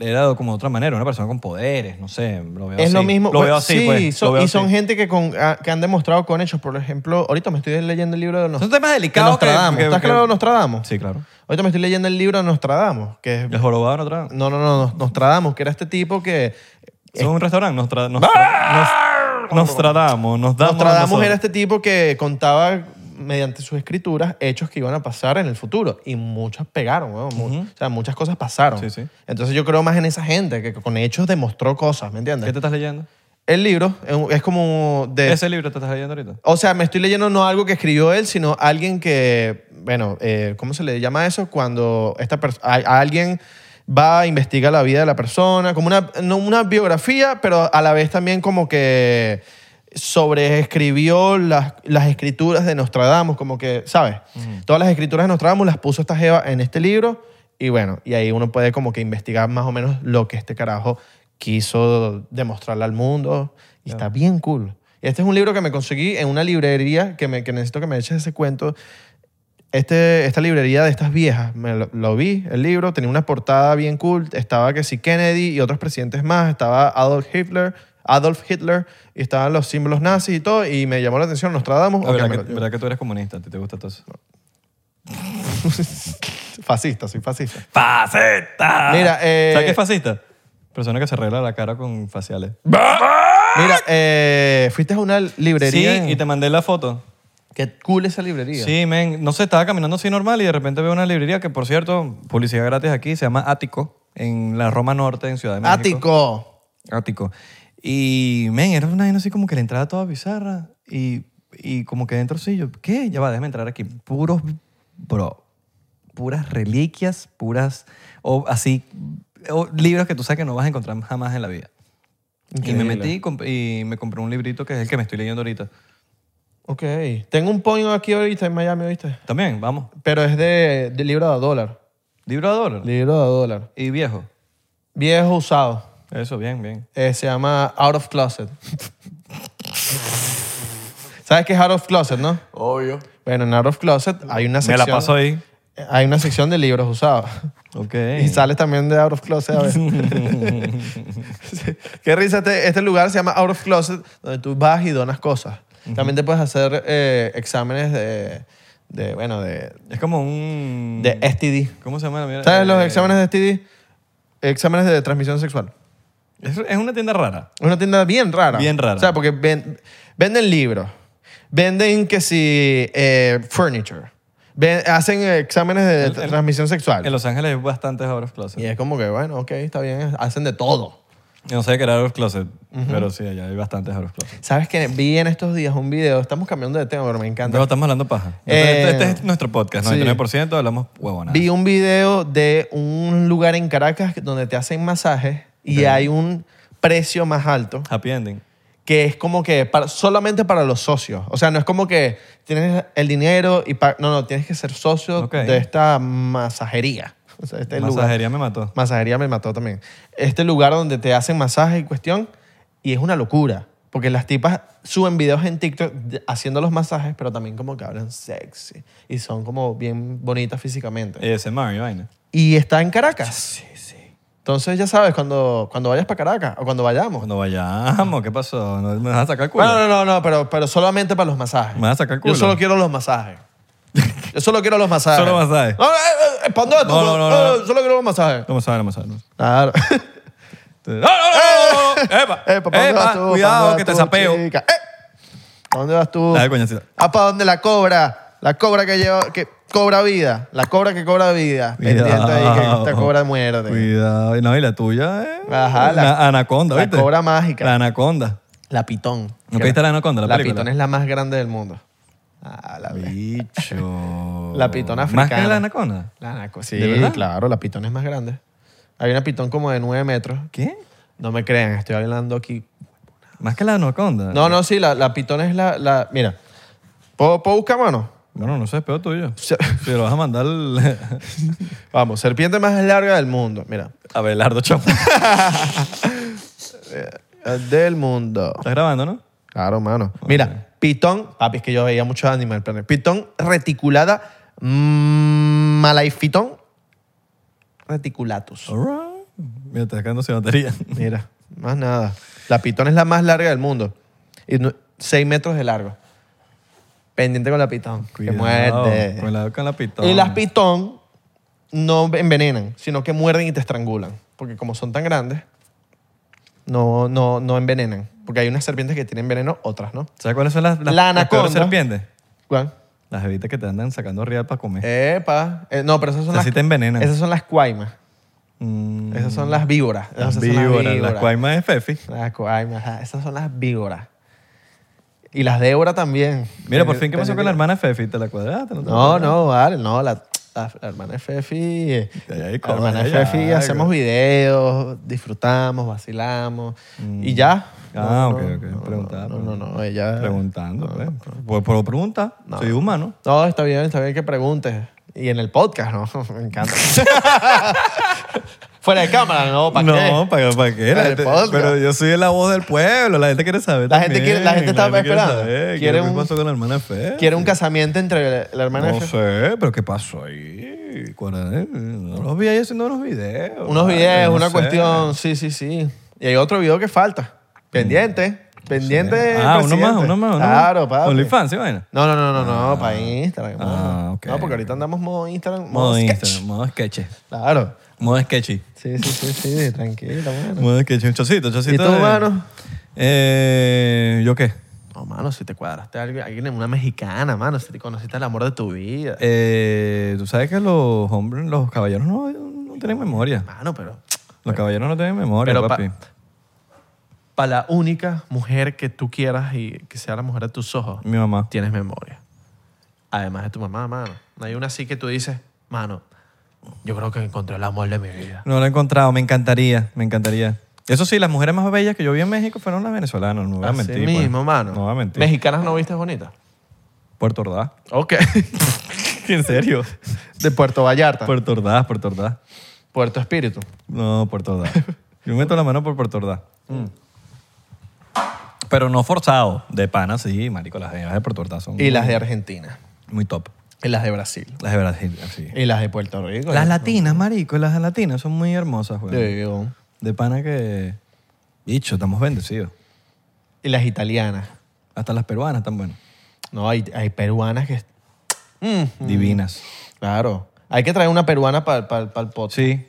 [SPEAKER 1] era como de otra manera, una persona con poderes, no sé. Lo veo
[SPEAKER 2] Es
[SPEAKER 1] así.
[SPEAKER 2] lo mismo.
[SPEAKER 1] Lo
[SPEAKER 2] bueno,
[SPEAKER 1] veo así,
[SPEAKER 2] sí,
[SPEAKER 1] pues.
[SPEAKER 2] son-
[SPEAKER 1] lo veo
[SPEAKER 2] y son
[SPEAKER 1] así.
[SPEAKER 2] gente que, con, a- que han demostrado con hechos. Por ejemplo, ahorita me estoy leyendo el libro de, Nos-
[SPEAKER 1] Son temas
[SPEAKER 2] de
[SPEAKER 1] delicados. que-
[SPEAKER 2] Nostradamus.
[SPEAKER 1] que-
[SPEAKER 2] ¿Estás
[SPEAKER 1] que-
[SPEAKER 2] claro de Nostradamus?
[SPEAKER 1] Sí, claro.
[SPEAKER 2] Ahorita me estoy leyendo el libro de Nostradamus. Que es-
[SPEAKER 1] El jorobado de Notre Dame.
[SPEAKER 2] no, no, no, Nos- Nostradamus, que era este tipo que.
[SPEAKER 1] Es un restaurante. Nos, tra- nos, tra- nos, nos tratamos, nos damos. a
[SPEAKER 2] Nostradamus
[SPEAKER 1] nosotros.
[SPEAKER 2] era este tipo que contaba mediante sus escrituras hechos que iban a pasar en el futuro y muchas pegaron, weón. Mu- o sea, muchas cosas pasaron.
[SPEAKER 1] Sí, sí.
[SPEAKER 2] Entonces yo creo más en esa gente que con hechos demostró cosas, ¿me entiendes?
[SPEAKER 1] ¿Qué te estás leyendo?
[SPEAKER 2] El libro es un- es como de...
[SPEAKER 1] ¿Ese libro te estás leyendo ahorita?
[SPEAKER 2] O sea, me estoy leyendo no algo que escribió él, sino alguien que, bueno, eh, ¿cómo se le llama eso? Cuando esta pers- a, a alguien va, investiga la vida de la persona, como una, no una biografía, pero a la vez también como que sobreescribió las, las escrituras de Nostradamus, como que, ¿sabes? Todas las escrituras de Nostradamus las puso esta Jeva en este libro y bueno, y ahí uno puede como que investigar más o menos lo que este carajo quiso demostrarle al mundo y está bien cool. Y este es un libro que me conseguí en una librería que, me, que necesito que me eches ese cuento este, esta librería de estas viejas, me lo, lo vi, el libro, tenía una portada bien cool, estaba que sí Kennedy y otros presidentes más, estaba Adolf Hitler, Adolf Hitler, y estaban los símbolos nazis y todo, y me llamó la atención Nostradamus.
[SPEAKER 1] La
[SPEAKER 2] ok,
[SPEAKER 1] verdad,
[SPEAKER 2] me
[SPEAKER 1] que,
[SPEAKER 2] lo llevo.
[SPEAKER 1] verdad que tú eres comunista, a ti te gusta todo eso.
[SPEAKER 2] fascista, soy fascista.
[SPEAKER 1] ¡Faceta!
[SPEAKER 2] Mira, eh,
[SPEAKER 1] ¿Sabes qué es fascista? Persona que se arregla la cara con faciales.
[SPEAKER 2] Mira, eh, fuiste a una
[SPEAKER 1] Sí,
[SPEAKER 2] librería.
[SPEAKER 1] y te mandé la foto.
[SPEAKER 2] Qué cool esa librería.
[SPEAKER 1] Sí, men. No sé, estaba caminando así normal y de repente veo una librería que, por cierto, publicidad gratis aquí, se llama Ático, en la Roma Norte, en Ciudad de México.
[SPEAKER 2] Ático.
[SPEAKER 1] Ático. Y, men, era una vaina así como que la entrada toda bizarra. Y, y como que dentro sí, yo, ¿qué? Ya va, déjame entrar aquí. Puros, bro, puras reliquias, puras, o así, o libros que tú sabes que no vas a encontrar jamás en la vida. Y me
[SPEAKER 2] Increíble.
[SPEAKER 1] metí y, comp- y me compré un librito que es el que me estoy leyendo ahorita.
[SPEAKER 2] Ok. Tengo un poño aquí ahorita en Miami, ¿viste?
[SPEAKER 1] También, vamos.
[SPEAKER 2] Pero es de, de libro de dólar.
[SPEAKER 1] Libro de dólar.
[SPEAKER 2] Libro de dólar.
[SPEAKER 1] y viejo.
[SPEAKER 2] Viejo usado.
[SPEAKER 1] Eso, bien, bien.
[SPEAKER 2] Eh, se llama Out of Closet. ¿Sabes qué es Out of Closet, no?
[SPEAKER 3] Obvio.
[SPEAKER 2] Bueno, en Out of Closet hay una
[SPEAKER 1] Me
[SPEAKER 2] sección. eh,
[SPEAKER 1] la paso ahí.
[SPEAKER 2] Hay una sección de libros usados.
[SPEAKER 1] Ok.
[SPEAKER 2] Y sales también de Out of Closet a veces. Sí. Qué risa. Este, este lugar se llama Out of Closet, donde tú vas y donas cosas. También te puedes hacer eh, exámenes de, de, bueno, de,
[SPEAKER 1] Es como un...
[SPEAKER 2] de STD.
[SPEAKER 1] ¿Cómo se llama la mierda?
[SPEAKER 2] Mm. ¿Sabes los
[SPEAKER 1] Eh,
[SPEAKER 2] exámenes de STD? Exámenes de transmisión sexual.
[SPEAKER 1] Es, es una tienda rara.
[SPEAKER 2] Es una tienda bien rara.
[SPEAKER 1] Bien rara.
[SPEAKER 2] O sea, porque ven- venden libros, venden que si eh, furniture, ven- hacen exámenes de
[SPEAKER 1] El-
[SPEAKER 2] tra-
[SPEAKER 1] el-
[SPEAKER 2] transmisión sexual.
[SPEAKER 1] En Los Ángeles hay bastantes out of closet.
[SPEAKER 2] y es como que, bueno, ok, está bien, hacen de todo.
[SPEAKER 1] Yo no sé qué era out of closet, pero sí, allá hay bastantes out of closet.
[SPEAKER 2] ¿Sabes qué? Vi en estos días un video, estamos cambiando de tema, pero me encanta.
[SPEAKER 1] No, estamos hablando paja.
[SPEAKER 2] Eh,
[SPEAKER 1] este, este es nuestro podcast,
[SPEAKER 2] sí.
[SPEAKER 1] 99% hablamos huevona.
[SPEAKER 2] Vi un video de un lugar en Caracas donde te hacen masajes y hay un precio más alto
[SPEAKER 1] Happy ending.
[SPEAKER 2] que es como que para- solamente para los socios. O sea, no es como que tienes el dinero y pa- no, no, tienes que ser socio
[SPEAKER 1] Ok.
[SPEAKER 2] de esta masajería. O sea, este lugar.
[SPEAKER 1] Masajería me mató.
[SPEAKER 2] Masajería me mató también. Este lugar donde te hacen masajes y cuestión y es una locura. Porque las tipas suben videos en TikTok de- haciendo los masajes, pero también como que hablan sexy. Y son como bien bonitas físicamente.
[SPEAKER 1] Ese Mario, vaina.
[SPEAKER 2] Y está en Caracas. Eh. Sí, sí. Entonces ya sabes, cuando, cuando vayas para Caracas o cuando vayamos.
[SPEAKER 1] Cuando vayamos, ¿qué pasó? ¿No- ¿Me vas a sacar el culo?
[SPEAKER 2] Bueno, no, no, no, pero, pero solamente para los masajes.
[SPEAKER 1] ¿Me vas a sacar culo?
[SPEAKER 2] Yo solo quiero los masajes. Yo solo quiero los masajes.
[SPEAKER 1] Solo masajes.
[SPEAKER 2] No, eh, eh, eh, ¿para dónde tú?
[SPEAKER 1] No, no, no, no.
[SPEAKER 2] Eh, Solo quiero los masajes.
[SPEAKER 1] Vamos a ver, vamos a ver.
[SPEAKER 2] Claro.
[SPEAKER 1] Este, ¡No, no, no! no, no. ¡Epa!
[SPEAKER 2] Eh, ¿pa' dónde
[SPEAKER 1] ¡Epa!
[SPEAKER 2] vas tú? ¿Pa'
[SPEAKER 1] Cuidado,
[SPEAKER 2] dónde
[SPEAKER 1] que
[SPEAKER 2] vas
[SPEAKER 1] te
[SPEAKER 2] tú,
[SPEAKER 1] sapeo.
[SPEAKER 2] chica? Eh, ¿pa' dónde vas tú?
[SPEAKER 1] Dale, coñacito.
[SPEAKER 2] Ah, ¿para dónde la cobra? La cobra que lleva, que cobra vida. La cobra que cobra vida. Pendiente ahí que te cobra muerte.
[SPEAKER 1] Cuidado. Y No, y la tuya es.
[SPEAKER 2] Ajá, la-
[SPEAKER 1] una anaconda,
[SPEAKER 2] la
[SPEAKER 1] ¿viste?
[SPEAKER 2] cobra mágica.
[SPEAKER 1] La anaconda.
[SPEAKER 2] La pitón.
[SPEAKER 1] ¿Nunca viste la anaconda, la película?
[SPEAKER 2] pitón es la más grande del mundo. Ah, la ve.
[SPEAKER 1] Bicho.
[SPEAKER 2] La pitón africana.
[SPEAKER 1] Más que la anaconda.
[SPEAKER 2] La anaco- Sí,
[SPEAKER 1] ¿De verdad?
[SPEAKER 2] claro, la pitón es más grande. Hay una pitón como de 9 metros.
[SPEAKER 1] ¿Qué?
[SPEAKER 2] No me crean, estoy hablando aquí.
[SPEAKER 1] Más que la anaconda.
[SPEAKER 2] No, no, sí, la, la pitón es la... la- mira, ¿puedo, puedo buscar mano?
[SPEAKER 1] Bueno, no sé, es peor tuyo. Si lo vas a mandar al-
[SPEAKER 2] Vamos, serpiente más larga del mundo. Mira,
[SPEAKER 1] a Belardo, chamo. Estás
[SPEAKER 2] del mundo.
[SPEAKER 1] grabando, ¿no?
[SPEAKER 2] Claro, mano. Mira, pitón, papi, es que yo veía muchos Animal Planet. Pitón reticulada, mm, malaifitón reticulatus.
[SPEAKER 1] All right. Mira, te está quedando sin batería.
[SPEAKER 2] Mira, más nada. La pitón es la más larga del mundo. Y 6 metros de largo. Pendiente con la pitón.
[SPEAKER 1] Cuidado,
[SPEAKER 2] que muerde.
[SPEAKER 1] Cuidado con la pitón.
[SPEAKER 2] Y las pitón no envenenan, sino que muerden y te estrangulan. Porque como son tan grandes, no, no, no envenenan. Porque hay unas serpientes que tienen veneno, otras no.
[SPEAKER 1] ¿Sabes cuáles son las, las,
[SPEAKER 2] La
[SPEAKER 1] las peores
[SPEAKER 2] anaconda.
[SPEAKER 1] serpientes?
[SPEAKER 2] ¿Cuál?
[SPEAKER 1] Las evitas que te andan sacando real para comer.
[SPEAKER 2] Epa. Eh, no, pero esas son
[SPEAKER 1] Así
[SPEAKER 2] las...
[SPEAKER 1] te envenenan.
[SPEAKER 2] Esas son las cuaimas.
[SPEAKER 1] Mm,
[SPEAKER 2] Esas son las víboras. Esas
[SPEAKER 1] las
[SPEAKER 2] son las
[SPEAKER 1] víboras, las
[SPEAKER 2] víboras.
[SPEAKER 1] cuaimas de Fefi.
[SPEAKER 2] Las cuaimas, ajá, esas son las víboras. Y las Débora también.
[SPEAKER 1] Mira, por fin, ¿qué pasó con la
[SPEAKER 2] hermana?
[SPEAKER 1] hermana de Fefi? ¿Te la cuadraste? te la
[SPEAKER 2] No,
[SPEAKER 1] cuadraste?
[SPEAKER 2] no, vale, no, la, La, la hermana Fefi. eh,
[SPEAKER 1] Ya, ya,
[SPEAKER 2] la
[SPEAKER 1] coño,
[SPEAKER 2] hermana
[SPEAKER 1] ya,
[SPEAKER 2] Fefi,
[SPEAKER 1] ya,
[SPEAKER 2] hacemos
[SPEAKER 1] güey.
[SPEAKER 2] videos, disfrutamos, vacilamos
[SPEAKER 1] Mm.
[SPEAKER 2] y ya.
[SPEAKER 1] Ah, ok, ok.
[SPEAKER 2] no,
[SPEAKER 1] Preguntaba,
[SPEAKER 2] No, no, no, ella.
[SPEAKER 1] Preguntando, pues. Por, por pregunta, soy humano.
[SPEAKER 2] No, está bien, está bien que preguntes. Y en el podcast, ¿no? Me encanta. Fuera de cámara, ¿no? ¿Para qué?
[SPEAKER 1] no, ¿para, para qué? La
[SPEAKER 2] Para el
[SPEAKER 1] gente-
[SPEAKER 2] podcast.
[SPEAKER 1] pero yo soy la voz del pueblo, la gente quiere saber.
[SPEAKER 2] La gente
[SPEAKER 1] también,
[SPEAKER 2] quiere- la gente está esperando.
[SPEAKER 1] saber,
[SPEAKER 2] Quiere
[SPEAKER 1] ¿Qué
[SPEAKER 2] un-
[SPEAKER 1] pasó con la hermana Fe?
[SPEAKER 2] Quiere un casamiento entre la hermana
[SPEAKER 1] No
[SPEAKER 2] de Fefi.
[SPEAKER 1] sé, pero ¿qué pasó ahí? ¿Cuál es? No los vi ahí haciendo unos videos.
[SPEAKER 2] Unos
[SPEAKER 1] vale,
[SPEAKER 2] videos,
[SPEAKER 1] no
[SPEAKER 2] una
[SPEAKER 1] sé.
[SPEAKER 2] cuestión. Sí, sí, sí. Y hay otro video que falta. Pendiente. Pendiente.
[SPEAKER 1] Ah, uno más,
[SPEAKER 2] presidente.
[SPEAKER 1] uno más. Uno
[SPEAKER 2] Claro,
[SPEAKER 1] para
[SPEAKER 2] papi.
[SPEAKER 1] OnlyFans, ¿sí, vaina?
[SPEAKER 2] No, no, no, no, no, para Instagram.
[SPEAKER 1] Ah,
[SPEAKER 2] mano.
[SPEAKER 1] ok,
[SPEAKER 2] No, porque
[SPEAKER 1] ok.
[SPEAKER 2] ahorita andamos modo Instagram, modo,
[SPEAKER 1] Modo
[SPEAKER 2] sketch.
[SPEAKER 1] Instagram, modo sketch.
[SPEAKER 2] Claro.
[SPEAKER 1] Modo sketchy.
[SPEAKER 2] Sí, sí, sí, sí, tranquilo, mano.
[SPEAKER 1] Modo sketchy. Un chocito, un chocito.
[SPEAKER 2] ¿Y tú,
[SPEAKER 1] de-
[SPEAKER 2] mano?
[SPEAKER 1] Eh, ¿Yo qué?
[SPEAKER 2] No, mano, si te cuadraste a alguien, alguien en una mexicana, mano, si te conociste el amor de tu vida.
[SPEAKER 1] Eh, Tú sabes que los hombres, los caballeros no, no tienen memoria.
[SPEAKER 2] Mano, pero
[SPEAKER 1] Los caballeros no tienen memoria,
[SPEAKER 2] Pero pa-
[SPEAKER 1] papi.
[SPEAKER 2] para la única mujer que tú quieras y que sea la mujer de tus ojos,
[SPEAKER 1] Mi mamá.
[SPEAKER 2] tienes memoria. Además de tu mamá, mano. No hay una así que tú dices, mano, yo creo que encontré el amor de mi vida.
[SPEAKER 1] No lo he encontrado, me encantaría, me encantaría. Eso sí, las mujeres más bellas que yo vi en México fueron las venezolanas, no voy a
[SPEAKER 2] Así
[SPEAKER 1] mentir. pues.
[SPEAKER 2] mismo, mano.
[SPEAKER 1] No voy a mentir.
[SPEAKER 2] Mexicanas no viste bonitas.
[SPEAKER 1] Puerto Ordaz.
[SPEAKER 2] Ok.
[SPEAKER 1] ¿En serio?
[SPEAKER 2] De Puerto Vallarta.
[SPEAKER 1] Puerto Ordaz, Puerto Ordaz.
[SPEAKER 2] Puerto Espíritu.
[SPEAKER 1] No, Puerto Ordaz. Yo meto la mano por Puerto Ordaz.
[SPEAKER 2] Mm.
[SPEAKER 1] Pero no forzado. De pana, sí, marico. Las de Puerto Ordaz son
[SPEAKER 2] Y las de Argentina.
[SPEAKER 1] muy top.
[SPEAKER 2] Y las de Brasil.
[SPEAKER 1] Las de Brasil, sí.
[SPEAKER 2] Y las de Puerto Rico.
[SPEAKER 1] Las latinas, marico. Las latinas son muy hermosas, güey.
[SPEAKER 2] Digo.
[SPEAKER 1] De pana que... Bicho, estamos bendecidos.
[SPEAKER 2] Y las italianas.
[SPEAKER 1] Hasta las peruanas están buenas.
[SPEAKER 2] No, hay, hay peruanas que... Mm,
[SPEAKER 1] Divinas.
[SPEAKER 2] claro. Hay que traer una peruana para el pot.
[SPEAKER 1] Sí.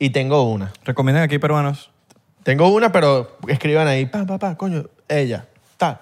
[SPEAKER 2] Y tengo una.
[SPEAKER 1] ¿Recomiendan aquí peruanos?
[SPEAKER 2] Tengo una, pero escriban ahí, pa, pa, pa, coño, ella, tal.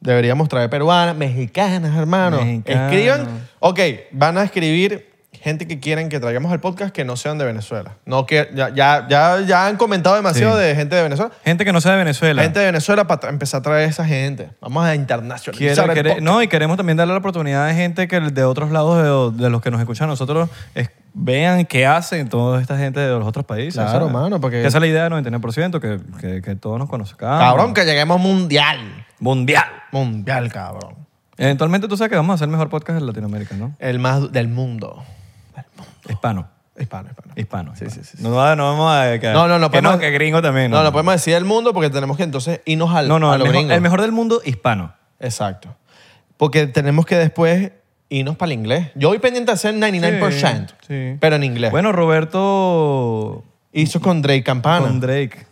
[SPEAKER 2] Deberíamos traer peruanas, mexicanas, hermano.
[SPEAKER 1] Mexicanas.
[SPEAKER 2] Escriban. Ok, van a escribir gente que quieren que traigamos al podcast que no sean de Venezuela. No que, ya, ya, ya, ya han comentado demasiado
[SPEAKER 1] Sí.
[SPEAKER 2] de gente de Venezuela.
[SPEAKER 1] Gente que no sea de Venezuela.
[SPEAKER 2] Gente de Venezuela para tra- empezar a traer esa gente. Vamos a
[SPEAKER 1] Quiere-
[SPEAKER 2] internacionalizar. el
[SPEAKER 1] quiere-
[SPEAKER 2] podcast.
[SPEAKER 1] no, y queremos también darle la oportunidad a gente que de otros lados de, de los que nos escuchan a nosotros es- vean qué hacen toda esta gente de los otros países.
[SPEAKER 2] Claro, mano, porque-
[SPEAKER 1] Que esa es la idea del 99%, que, que, que todos nos conozcamos.
[SPEAKER 2] Cabrón, que lleguemos mundial.
[SPEAKER 1] Mundial.
[SPEAKER 2] Mundial, cabrón.
[SPEAKER 1] Eventualmente tú sabes que vamos a hacer el mejor podcast de Latinoamérica, ¿no?
[SPEAKER 2] El más du- del mundo. Del mundo.
[SPEAKER 1] Hispano.
[SPEAKER 2] Hispano, hispano.
[SPEAKER 1] Hispano.
[SPEAKER 2] Sí,
[SPEAKER 1] hispano.
[SPEAKER 2] sí, sí, sí.
[SPEAKER 1] No, no, no vamos a... Que,
[SPEAKER 2] No, no, no
[SPEAKER 1] Que
[SPEAKER 2] podemos-
[SPEAKER 1] no, que gringo también.
[SPEAKER 2] No, no podemos decir el mundo porque tenemos que entonces irnos al,
[SPEAKER 1] No, no,
[SPEAKER 2] a
[SPEAKER 1] el
[SPEAKER 2] lo
[SPEAKER 1] mejor,
[SPEAKER 2] gringo.
[SPEAKER 1] el mejor del mundo, hispano.
[SPEAKER 2] Exacto. Porque tenemos que después irnos para el inglés. Yo voy pendiente de hacer 99%,
[SPEAKER 1] Sí, sí.
[SPEAKER 2] pero en inglés.
[SPEAKER 1] Bueno, Roberto...
[SPEAKER 2] Hizo con Drake Campana.
[SPEAKER 1] Con Drake.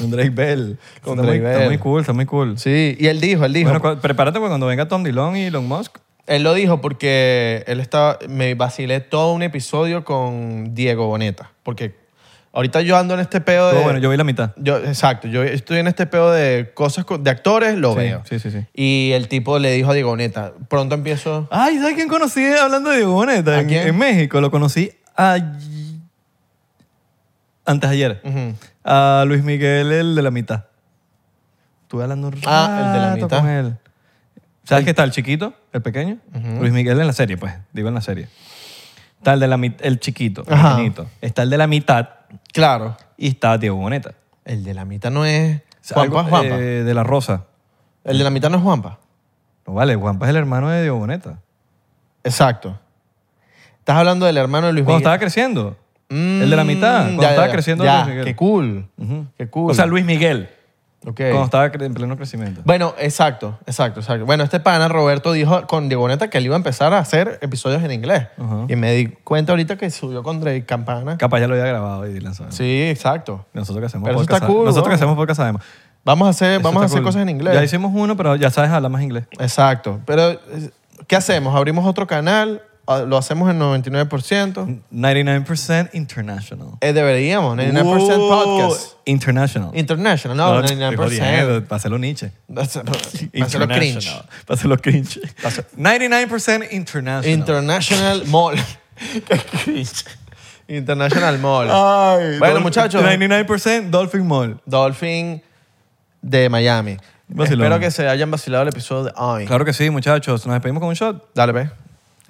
[SPEAKER 1] Con Drake Bell.
[SPEAKER 2] Con
[SPEAKER 1] Está
[SPEAKER 2] Drake
[SPEAKER 1] muy- Está
[SPEAKER 2] Bell.
[SPEAKER 1] muy cool, está muy cool.
[SPEAKER 2] Sí, y él dijo, él dijo.
[SPEAKER 1] Bueno, cu- prepárate para cuando venga Tom Dillon y Elon Musk.
[SPEAKER 2] él lo dijo porque él estaba, me vacilé todo un episodio con Diego Boneta. Porque ahorita yo ando en este pedo de...
[SPEAKER 1] Todo bueno, yo vi la mitad.
[SPEAKER 2] Yo, exacto, yo estoy en este pedo de cosas co- de actores, lo
[SPEAKER 1] Sí,
[SPEAKER 2] veo.
[SPEAKER 1] sí, sí, sí.
[SPEAKER 2] Y el tipo le dijo a Diego Boneta, pronto empiezo...
[SPEAKER 1] Ay, ¿sabes quién conocí hablando de Diego Boneta?
[SPEAKER 2] ¿A
[SPEAKER 1] En,
[SPEAKER 2] quién?
[SPEAKER 1] en México lo conocí ay- antes de ayer.
[SPEAKER 2] Ujú.
[SPEAKER 1] A Luis Miguel, el de la mitad. Estuve hablando un rato
[SPEAKER 2] Ah, el de la mitad.
[SPEAKER 1] con él. ¿Sabes qué está el chiquito, el pequeño? Luis Miguel en la serie, pues. Digo en la serie. Está el de la mitad, el chiquito, el
[SPEAKER 2] Ajá.
[SPEAKER 1] pequeñito. Está el de la mitad
[SPEAKER 2] Claro.
[SPEAKER 1] y está Diego Boneta.
[SPEAKER 2] El de la mitad no es
[SPEAKER 1] Algo,
[SPEAKER 2] Juanpa, es Juanpa.
[SPEAKER 1] eh, de la Rosa.
[SPEAKER 2] El de la mitad no es Juanpa.
[SPEAKER 1] No vale, Juanpa es el hermano de Diego Boneta.
[SPEAKER 2] Exacto. Estás hablando del hermano de Luis
[SPEAKER 1] Cuando
[SPEAKER 2] Miguel.
[SPEAKER 1] estaba creciendo.
[SPEAKER 2] Mm,
[SPEAKER 1] el de la mitad. Cuando
[SPEAKER 2] ya,
[SPEAKER 1] estaba
[SPEAKER 2] ya,
[SPEAKER 1] creciendo
[SPEAKER 2] ya.
[SPEAKER 1] Luis Miguel.
[SPEAKER 2] Qué cool.
[SPEAKER 1] Ujú.
[SPEAKER 2] Qué cool.
[SPEAKER 1] O sea, Luis Miguel.
[SPEAKER 2] Ok.
[SPEAKER 1] Cuando estaba cre- en pleno crecimiento.
[SPEAKER 2] Bueno, exacto, exacto, exacto. Bueno, este pana Roberto dijo con Diego Boneta que él iba a empezar a hacer episodios en inglés.
[SPEAKER 1] Ajá.
[SPEAKER 2] Y me di cuenta ahorita que subió con Drake Campana.
[SPEAKER 1] Capaz ya lo había grabado y lanzado.
[SPEAKER 2] sí, exacto.
[SPEAKER 1] Nosotros que hacemos
[SPEAKER 2] Pero eso
[SPEAKER 1] podcast
[SPEAKER 2] está cool,
[SPEAKER 1] sabe- Nosotros que
[SPEAKER 2] weón.
[SPEAKER 1] hacemos podcast sabemos.
[SPEAKER 2] Vamos a hacer,
[SPEAKER 1] Eso
[SPEAKER 2] vamos a
[SPEAKER 1] está
[SPEAKER 2] hacer
[SPEAKER 1] cool.
[SPEAKER 2] cosas en inglés.
[SPEAKER 1] Ya hicimos uno, pero ya sabes hablar más inglés.
[SPEAKER 2] Exacto. Pero, eh, ¿qué hacemos? ¿Abrimos otro canal? Ah, ¿Lo hacemos en 99%?
[SPEAKER 1] 99% international.
[SPEAKER 2] Eh, deberíamos, 99% podcast.
[SPEAKER 1] Woo, International.
[SPEAKER 2] International, no,
[SPEAKER 1] estoy
[SPEAKER 2] 99%.
[SPEAKER 1] jodiendo, Pásalo eh, Nietzsche.
[SPEAKER 2] Pásalo cringe.
[SPEAKER 1] International. Pásalo cringe. 99% international.
[SPEAKER 2] International Mall. Qué cringe. International Mall.
[SPEAKER 1] Ay,
[SPEAKER 2] Bueno,
[SPEAKER 1] Dolphin-
[SPEAKER 2] muchachos.
[SPEAKER 1] 99% Dolphin Mall.
[SPEAKER 2] Dolphin de Miami.
[SPEAKER 1] Vacilón.
[SPEAKER 2] Espero que se hayan vacilado el episodio de hoy.
[SPEAKER 1] Claro que sí, muchachos. Nos despedimos con un shot.
[SPEAKER 2] Dale, ve.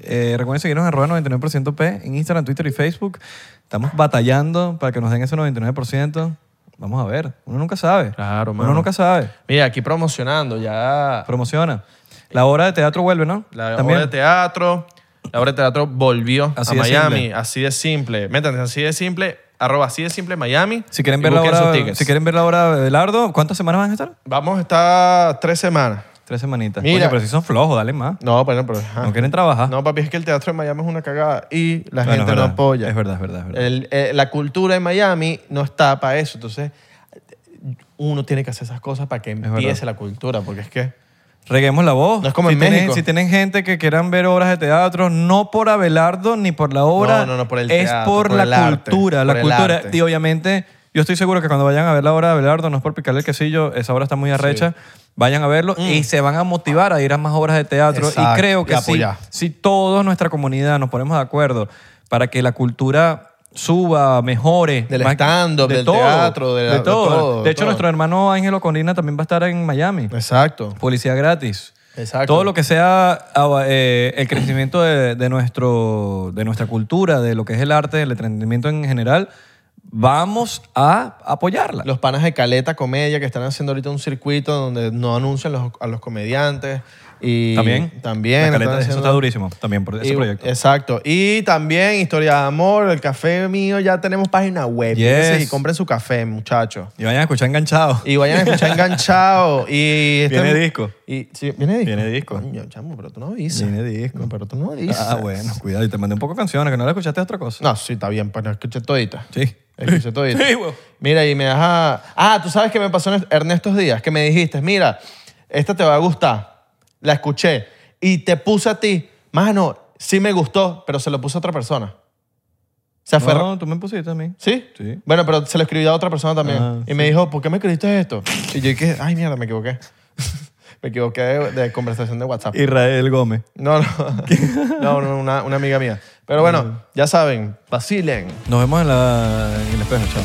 [SPEAKER 1] Eh, recuerden seguirnos en arroba 99%p en Instagram, Twitter y Facebook. Estamos batallando para que nos den ese 99%. Vamos a ver. Uno nunca sabe.
[SPEAKER 2] Claro,
[SPEAKER 1] Uno
[SPEAKER 2] mano.
[SPEAKER 1] nunca sabe.
[SPEAKER 2] Mira, aquí promocionando ya
[SPEAKER 1] Promociona. La obra de teatro vuelve, ¿no?
[SPEAKER 2] la
[SPEAKER 1] También.
[SPEAKER 2] obra de teatro. La obra de teatro volvió
[SPEAKER 1] Así
[SPEAKER 2] a
[SPEAKER 1] de
[SPEAKER 2] Miami.
[SPEAKER 1] simple.
[SPEAKER 2] Así de simple. Métanse, así de simple. Arroba así de simple Miami.
[SPEAKER 1] Si quieren
[SPEAKER 2] y
[SPEAKER 1] ver la
[SPEAKER 2] busquen sus
[SPEAKER 1] obra,
[SPEAKER 2] tickets.
[SPEAKER 1] si quieren ver la obra de Belardo, ¿cuántas semanas van a estar?
[SPEAKER 2] Vamos a estar tres semanas.
[SPEAKER 1] Tres semanitas.
[SPEAKER 2] Mira.
[SPEAKER 1] Oye, pero si son flojos, dale más.
[SPEAKER 2] No, bueno, pero... ajá.
[SPEAKER 1] No quieren trabajar.
[SPEAKER 2] No, papi, es que el teatro de Miami es una cagada y
[SPEAKER 1] Bueno,
[SPEAKER 2] la
[SPEAKER 1] es
[SPEAKER 2] gente no
[SPEAKER 1] verdad.
[SPEAKER 2] apoya.
[SPEAKER 1] Es verdad, es verdad, es verdad.
[SPEAKER 2] El- eh, la cultura en Miami no está para eso. Entonces, uno tiene que hacer esas cosas para que
[SPEAKER 1] verdad.
[SPEAKER 2] empiece la cultura, porque es que...
[SPEAKER 1] Reguemos la voz.
[SPEAKER 2] No es como
[SPEAKER 1] si
[SPEAKER 2] en
[SPEAKER 1] tienen,
[SPEAKER 2] México.
[SPEAKER 1] Si tienen gente que quieran ver obras de teatro, no por Abelardo ni por la obra.
[SPEAKER 2] No, no, no, por el
[SPEAKER 1] Es
[SPEAKER 2] teatro,
[SPEAKER 1] por,
[SPEAKER 2] por el
[SPEAKER 1] la
[SPEAKER 2] arte,
[SPEAKER 1] cultura. la
[SPEAKER 2] por el
[SPEAKER 1] cultura.
[SPEAKER 2] arte.
[SPEAKER 1] Y obviamente, yo estoy seguro que cuando vayan a ver la obra de Abelardo, no es por picarle el quesillo, esa obra está muy arrecha. Vayan a verlo y se van a motivar a ir a más obras de teatro.
[SPEAKER 2] Mm. Exacto,
[SPEAKER 1] Y creo
[SPEAKER 2] y
[SPEAKER 1] que sí,
[SPEAKER 2] apoyar.
[SPEAKER 1] si toda nuestra comunidad nos ponemos de acuerdo para que la cultura suba, mejore.
[SPEAKER 2] Del
[SPEAKER 1] más-
[SPEAKER 2] stand-up,
[SPEAKER 1] de
[SPEAKER 2] del
[SPEAKER 1] todo,
[SPEAKER 2] teatro, de la- de todo,
[SPEAKER 1] De hecho,
[SPEAKER 2] todo.
[SPEAKER 1] nuestro hermano Ángel Oconina también va a estar en Miami.
[SPEAKER 2] Exacto.
[SPEAKER 1] Policía gratis.
[SPEAKER 2] Exacto.
[SPEAKER 1] Todo lo que sea ah, eh, el crecimiento de, de nuestro, de nuestra cultura, de lo que es el arte, el entretenimiento en general, vamos a apoyarla.
[SPEAKER 2] Los panas de Caleta Comedia que están haciendo ahorita un circuito donde no anuncian los- a los comediantes. Y
[SPEAKER 1] también.
[SPEAKER 2] También.
[SPEAKER 1] La caleta,
[SPEAKER 2] están
[SPEAKER 1] eso
[SPEAKER 2] haciendo-
[SPEAKER 1] está durísimo también por ese
[SPEAKER 2] Y- eh,
[SPEAKER 1] proyecto.
[SPEAKER 2] Exacto. Y también Historia de Amor, el café mío, ya tenemos página web.
[SPEAKER 1] Yes.
[SPEAKER 2] Fíjense Y compren su café, muchachos.
[SPEAKER 1] Y vayan a escuchar enganchado.
[SPEAKER 2] Y vayan a escuchar Enganchado. Y este-
[SPEAKER 1] Viene disco.
[SPEAKER 2] Y, sí, viene disco.
[SPEAKER 1] Viene disco.
[SPEAKER 2] Coño, chamo, pero tú no dices.
[SPEAKER 1] Viene disco.
[SPEAKER 2] No, pero tú no dices.
[SPEAKER 1] Ah, bueno, cuidado. Y te mandé un poco de canciones, que no la escuchaste es otra cosa.
[SPEAKER 2] No, sí, está bien, pero escuché todita.
[SPEAKER 1] Sí.
[SPEAKER 2] Escuché todita.
[SPEAKER 1] Sí, güey.
[SPEAKER 2] Mira, y me das a... Ah, tú sabes que me pasó en Ernestos Díaz, que me dijiste, mira, esta te va a gustar. La escuché. Y te puse a ti, mano, sí me gustó, pero se lo puse a otra persona. O sea, fue...
[SPEAKER 1] No, tú me pusiste a mí.
[SPEAKER 2] ¿Sí?
[SPEAKER 1] Ah. Sí.
[SPEAKER 2] Bueno, pero se lo escribí a otra persona también.
[SPEAKER 1] Ah,
[SPEAKER 2] y me dijo, ¿por qué me escribiste esto? Y yo dije, ay, mierda, me equivoqué. me equivoqué de, de conversación de WhatsApp.
[SPEAKER 1] Israel Gómez.
[SPEAKER 2] No, no. no, no, una, una amiga mía. Pero
[SPEAKER 1] Ah.
[SPEAKER 2] bueno, ya saben, vacilen.
[SPEAKER 1] Nos vemos en, la, en el espejo, chao.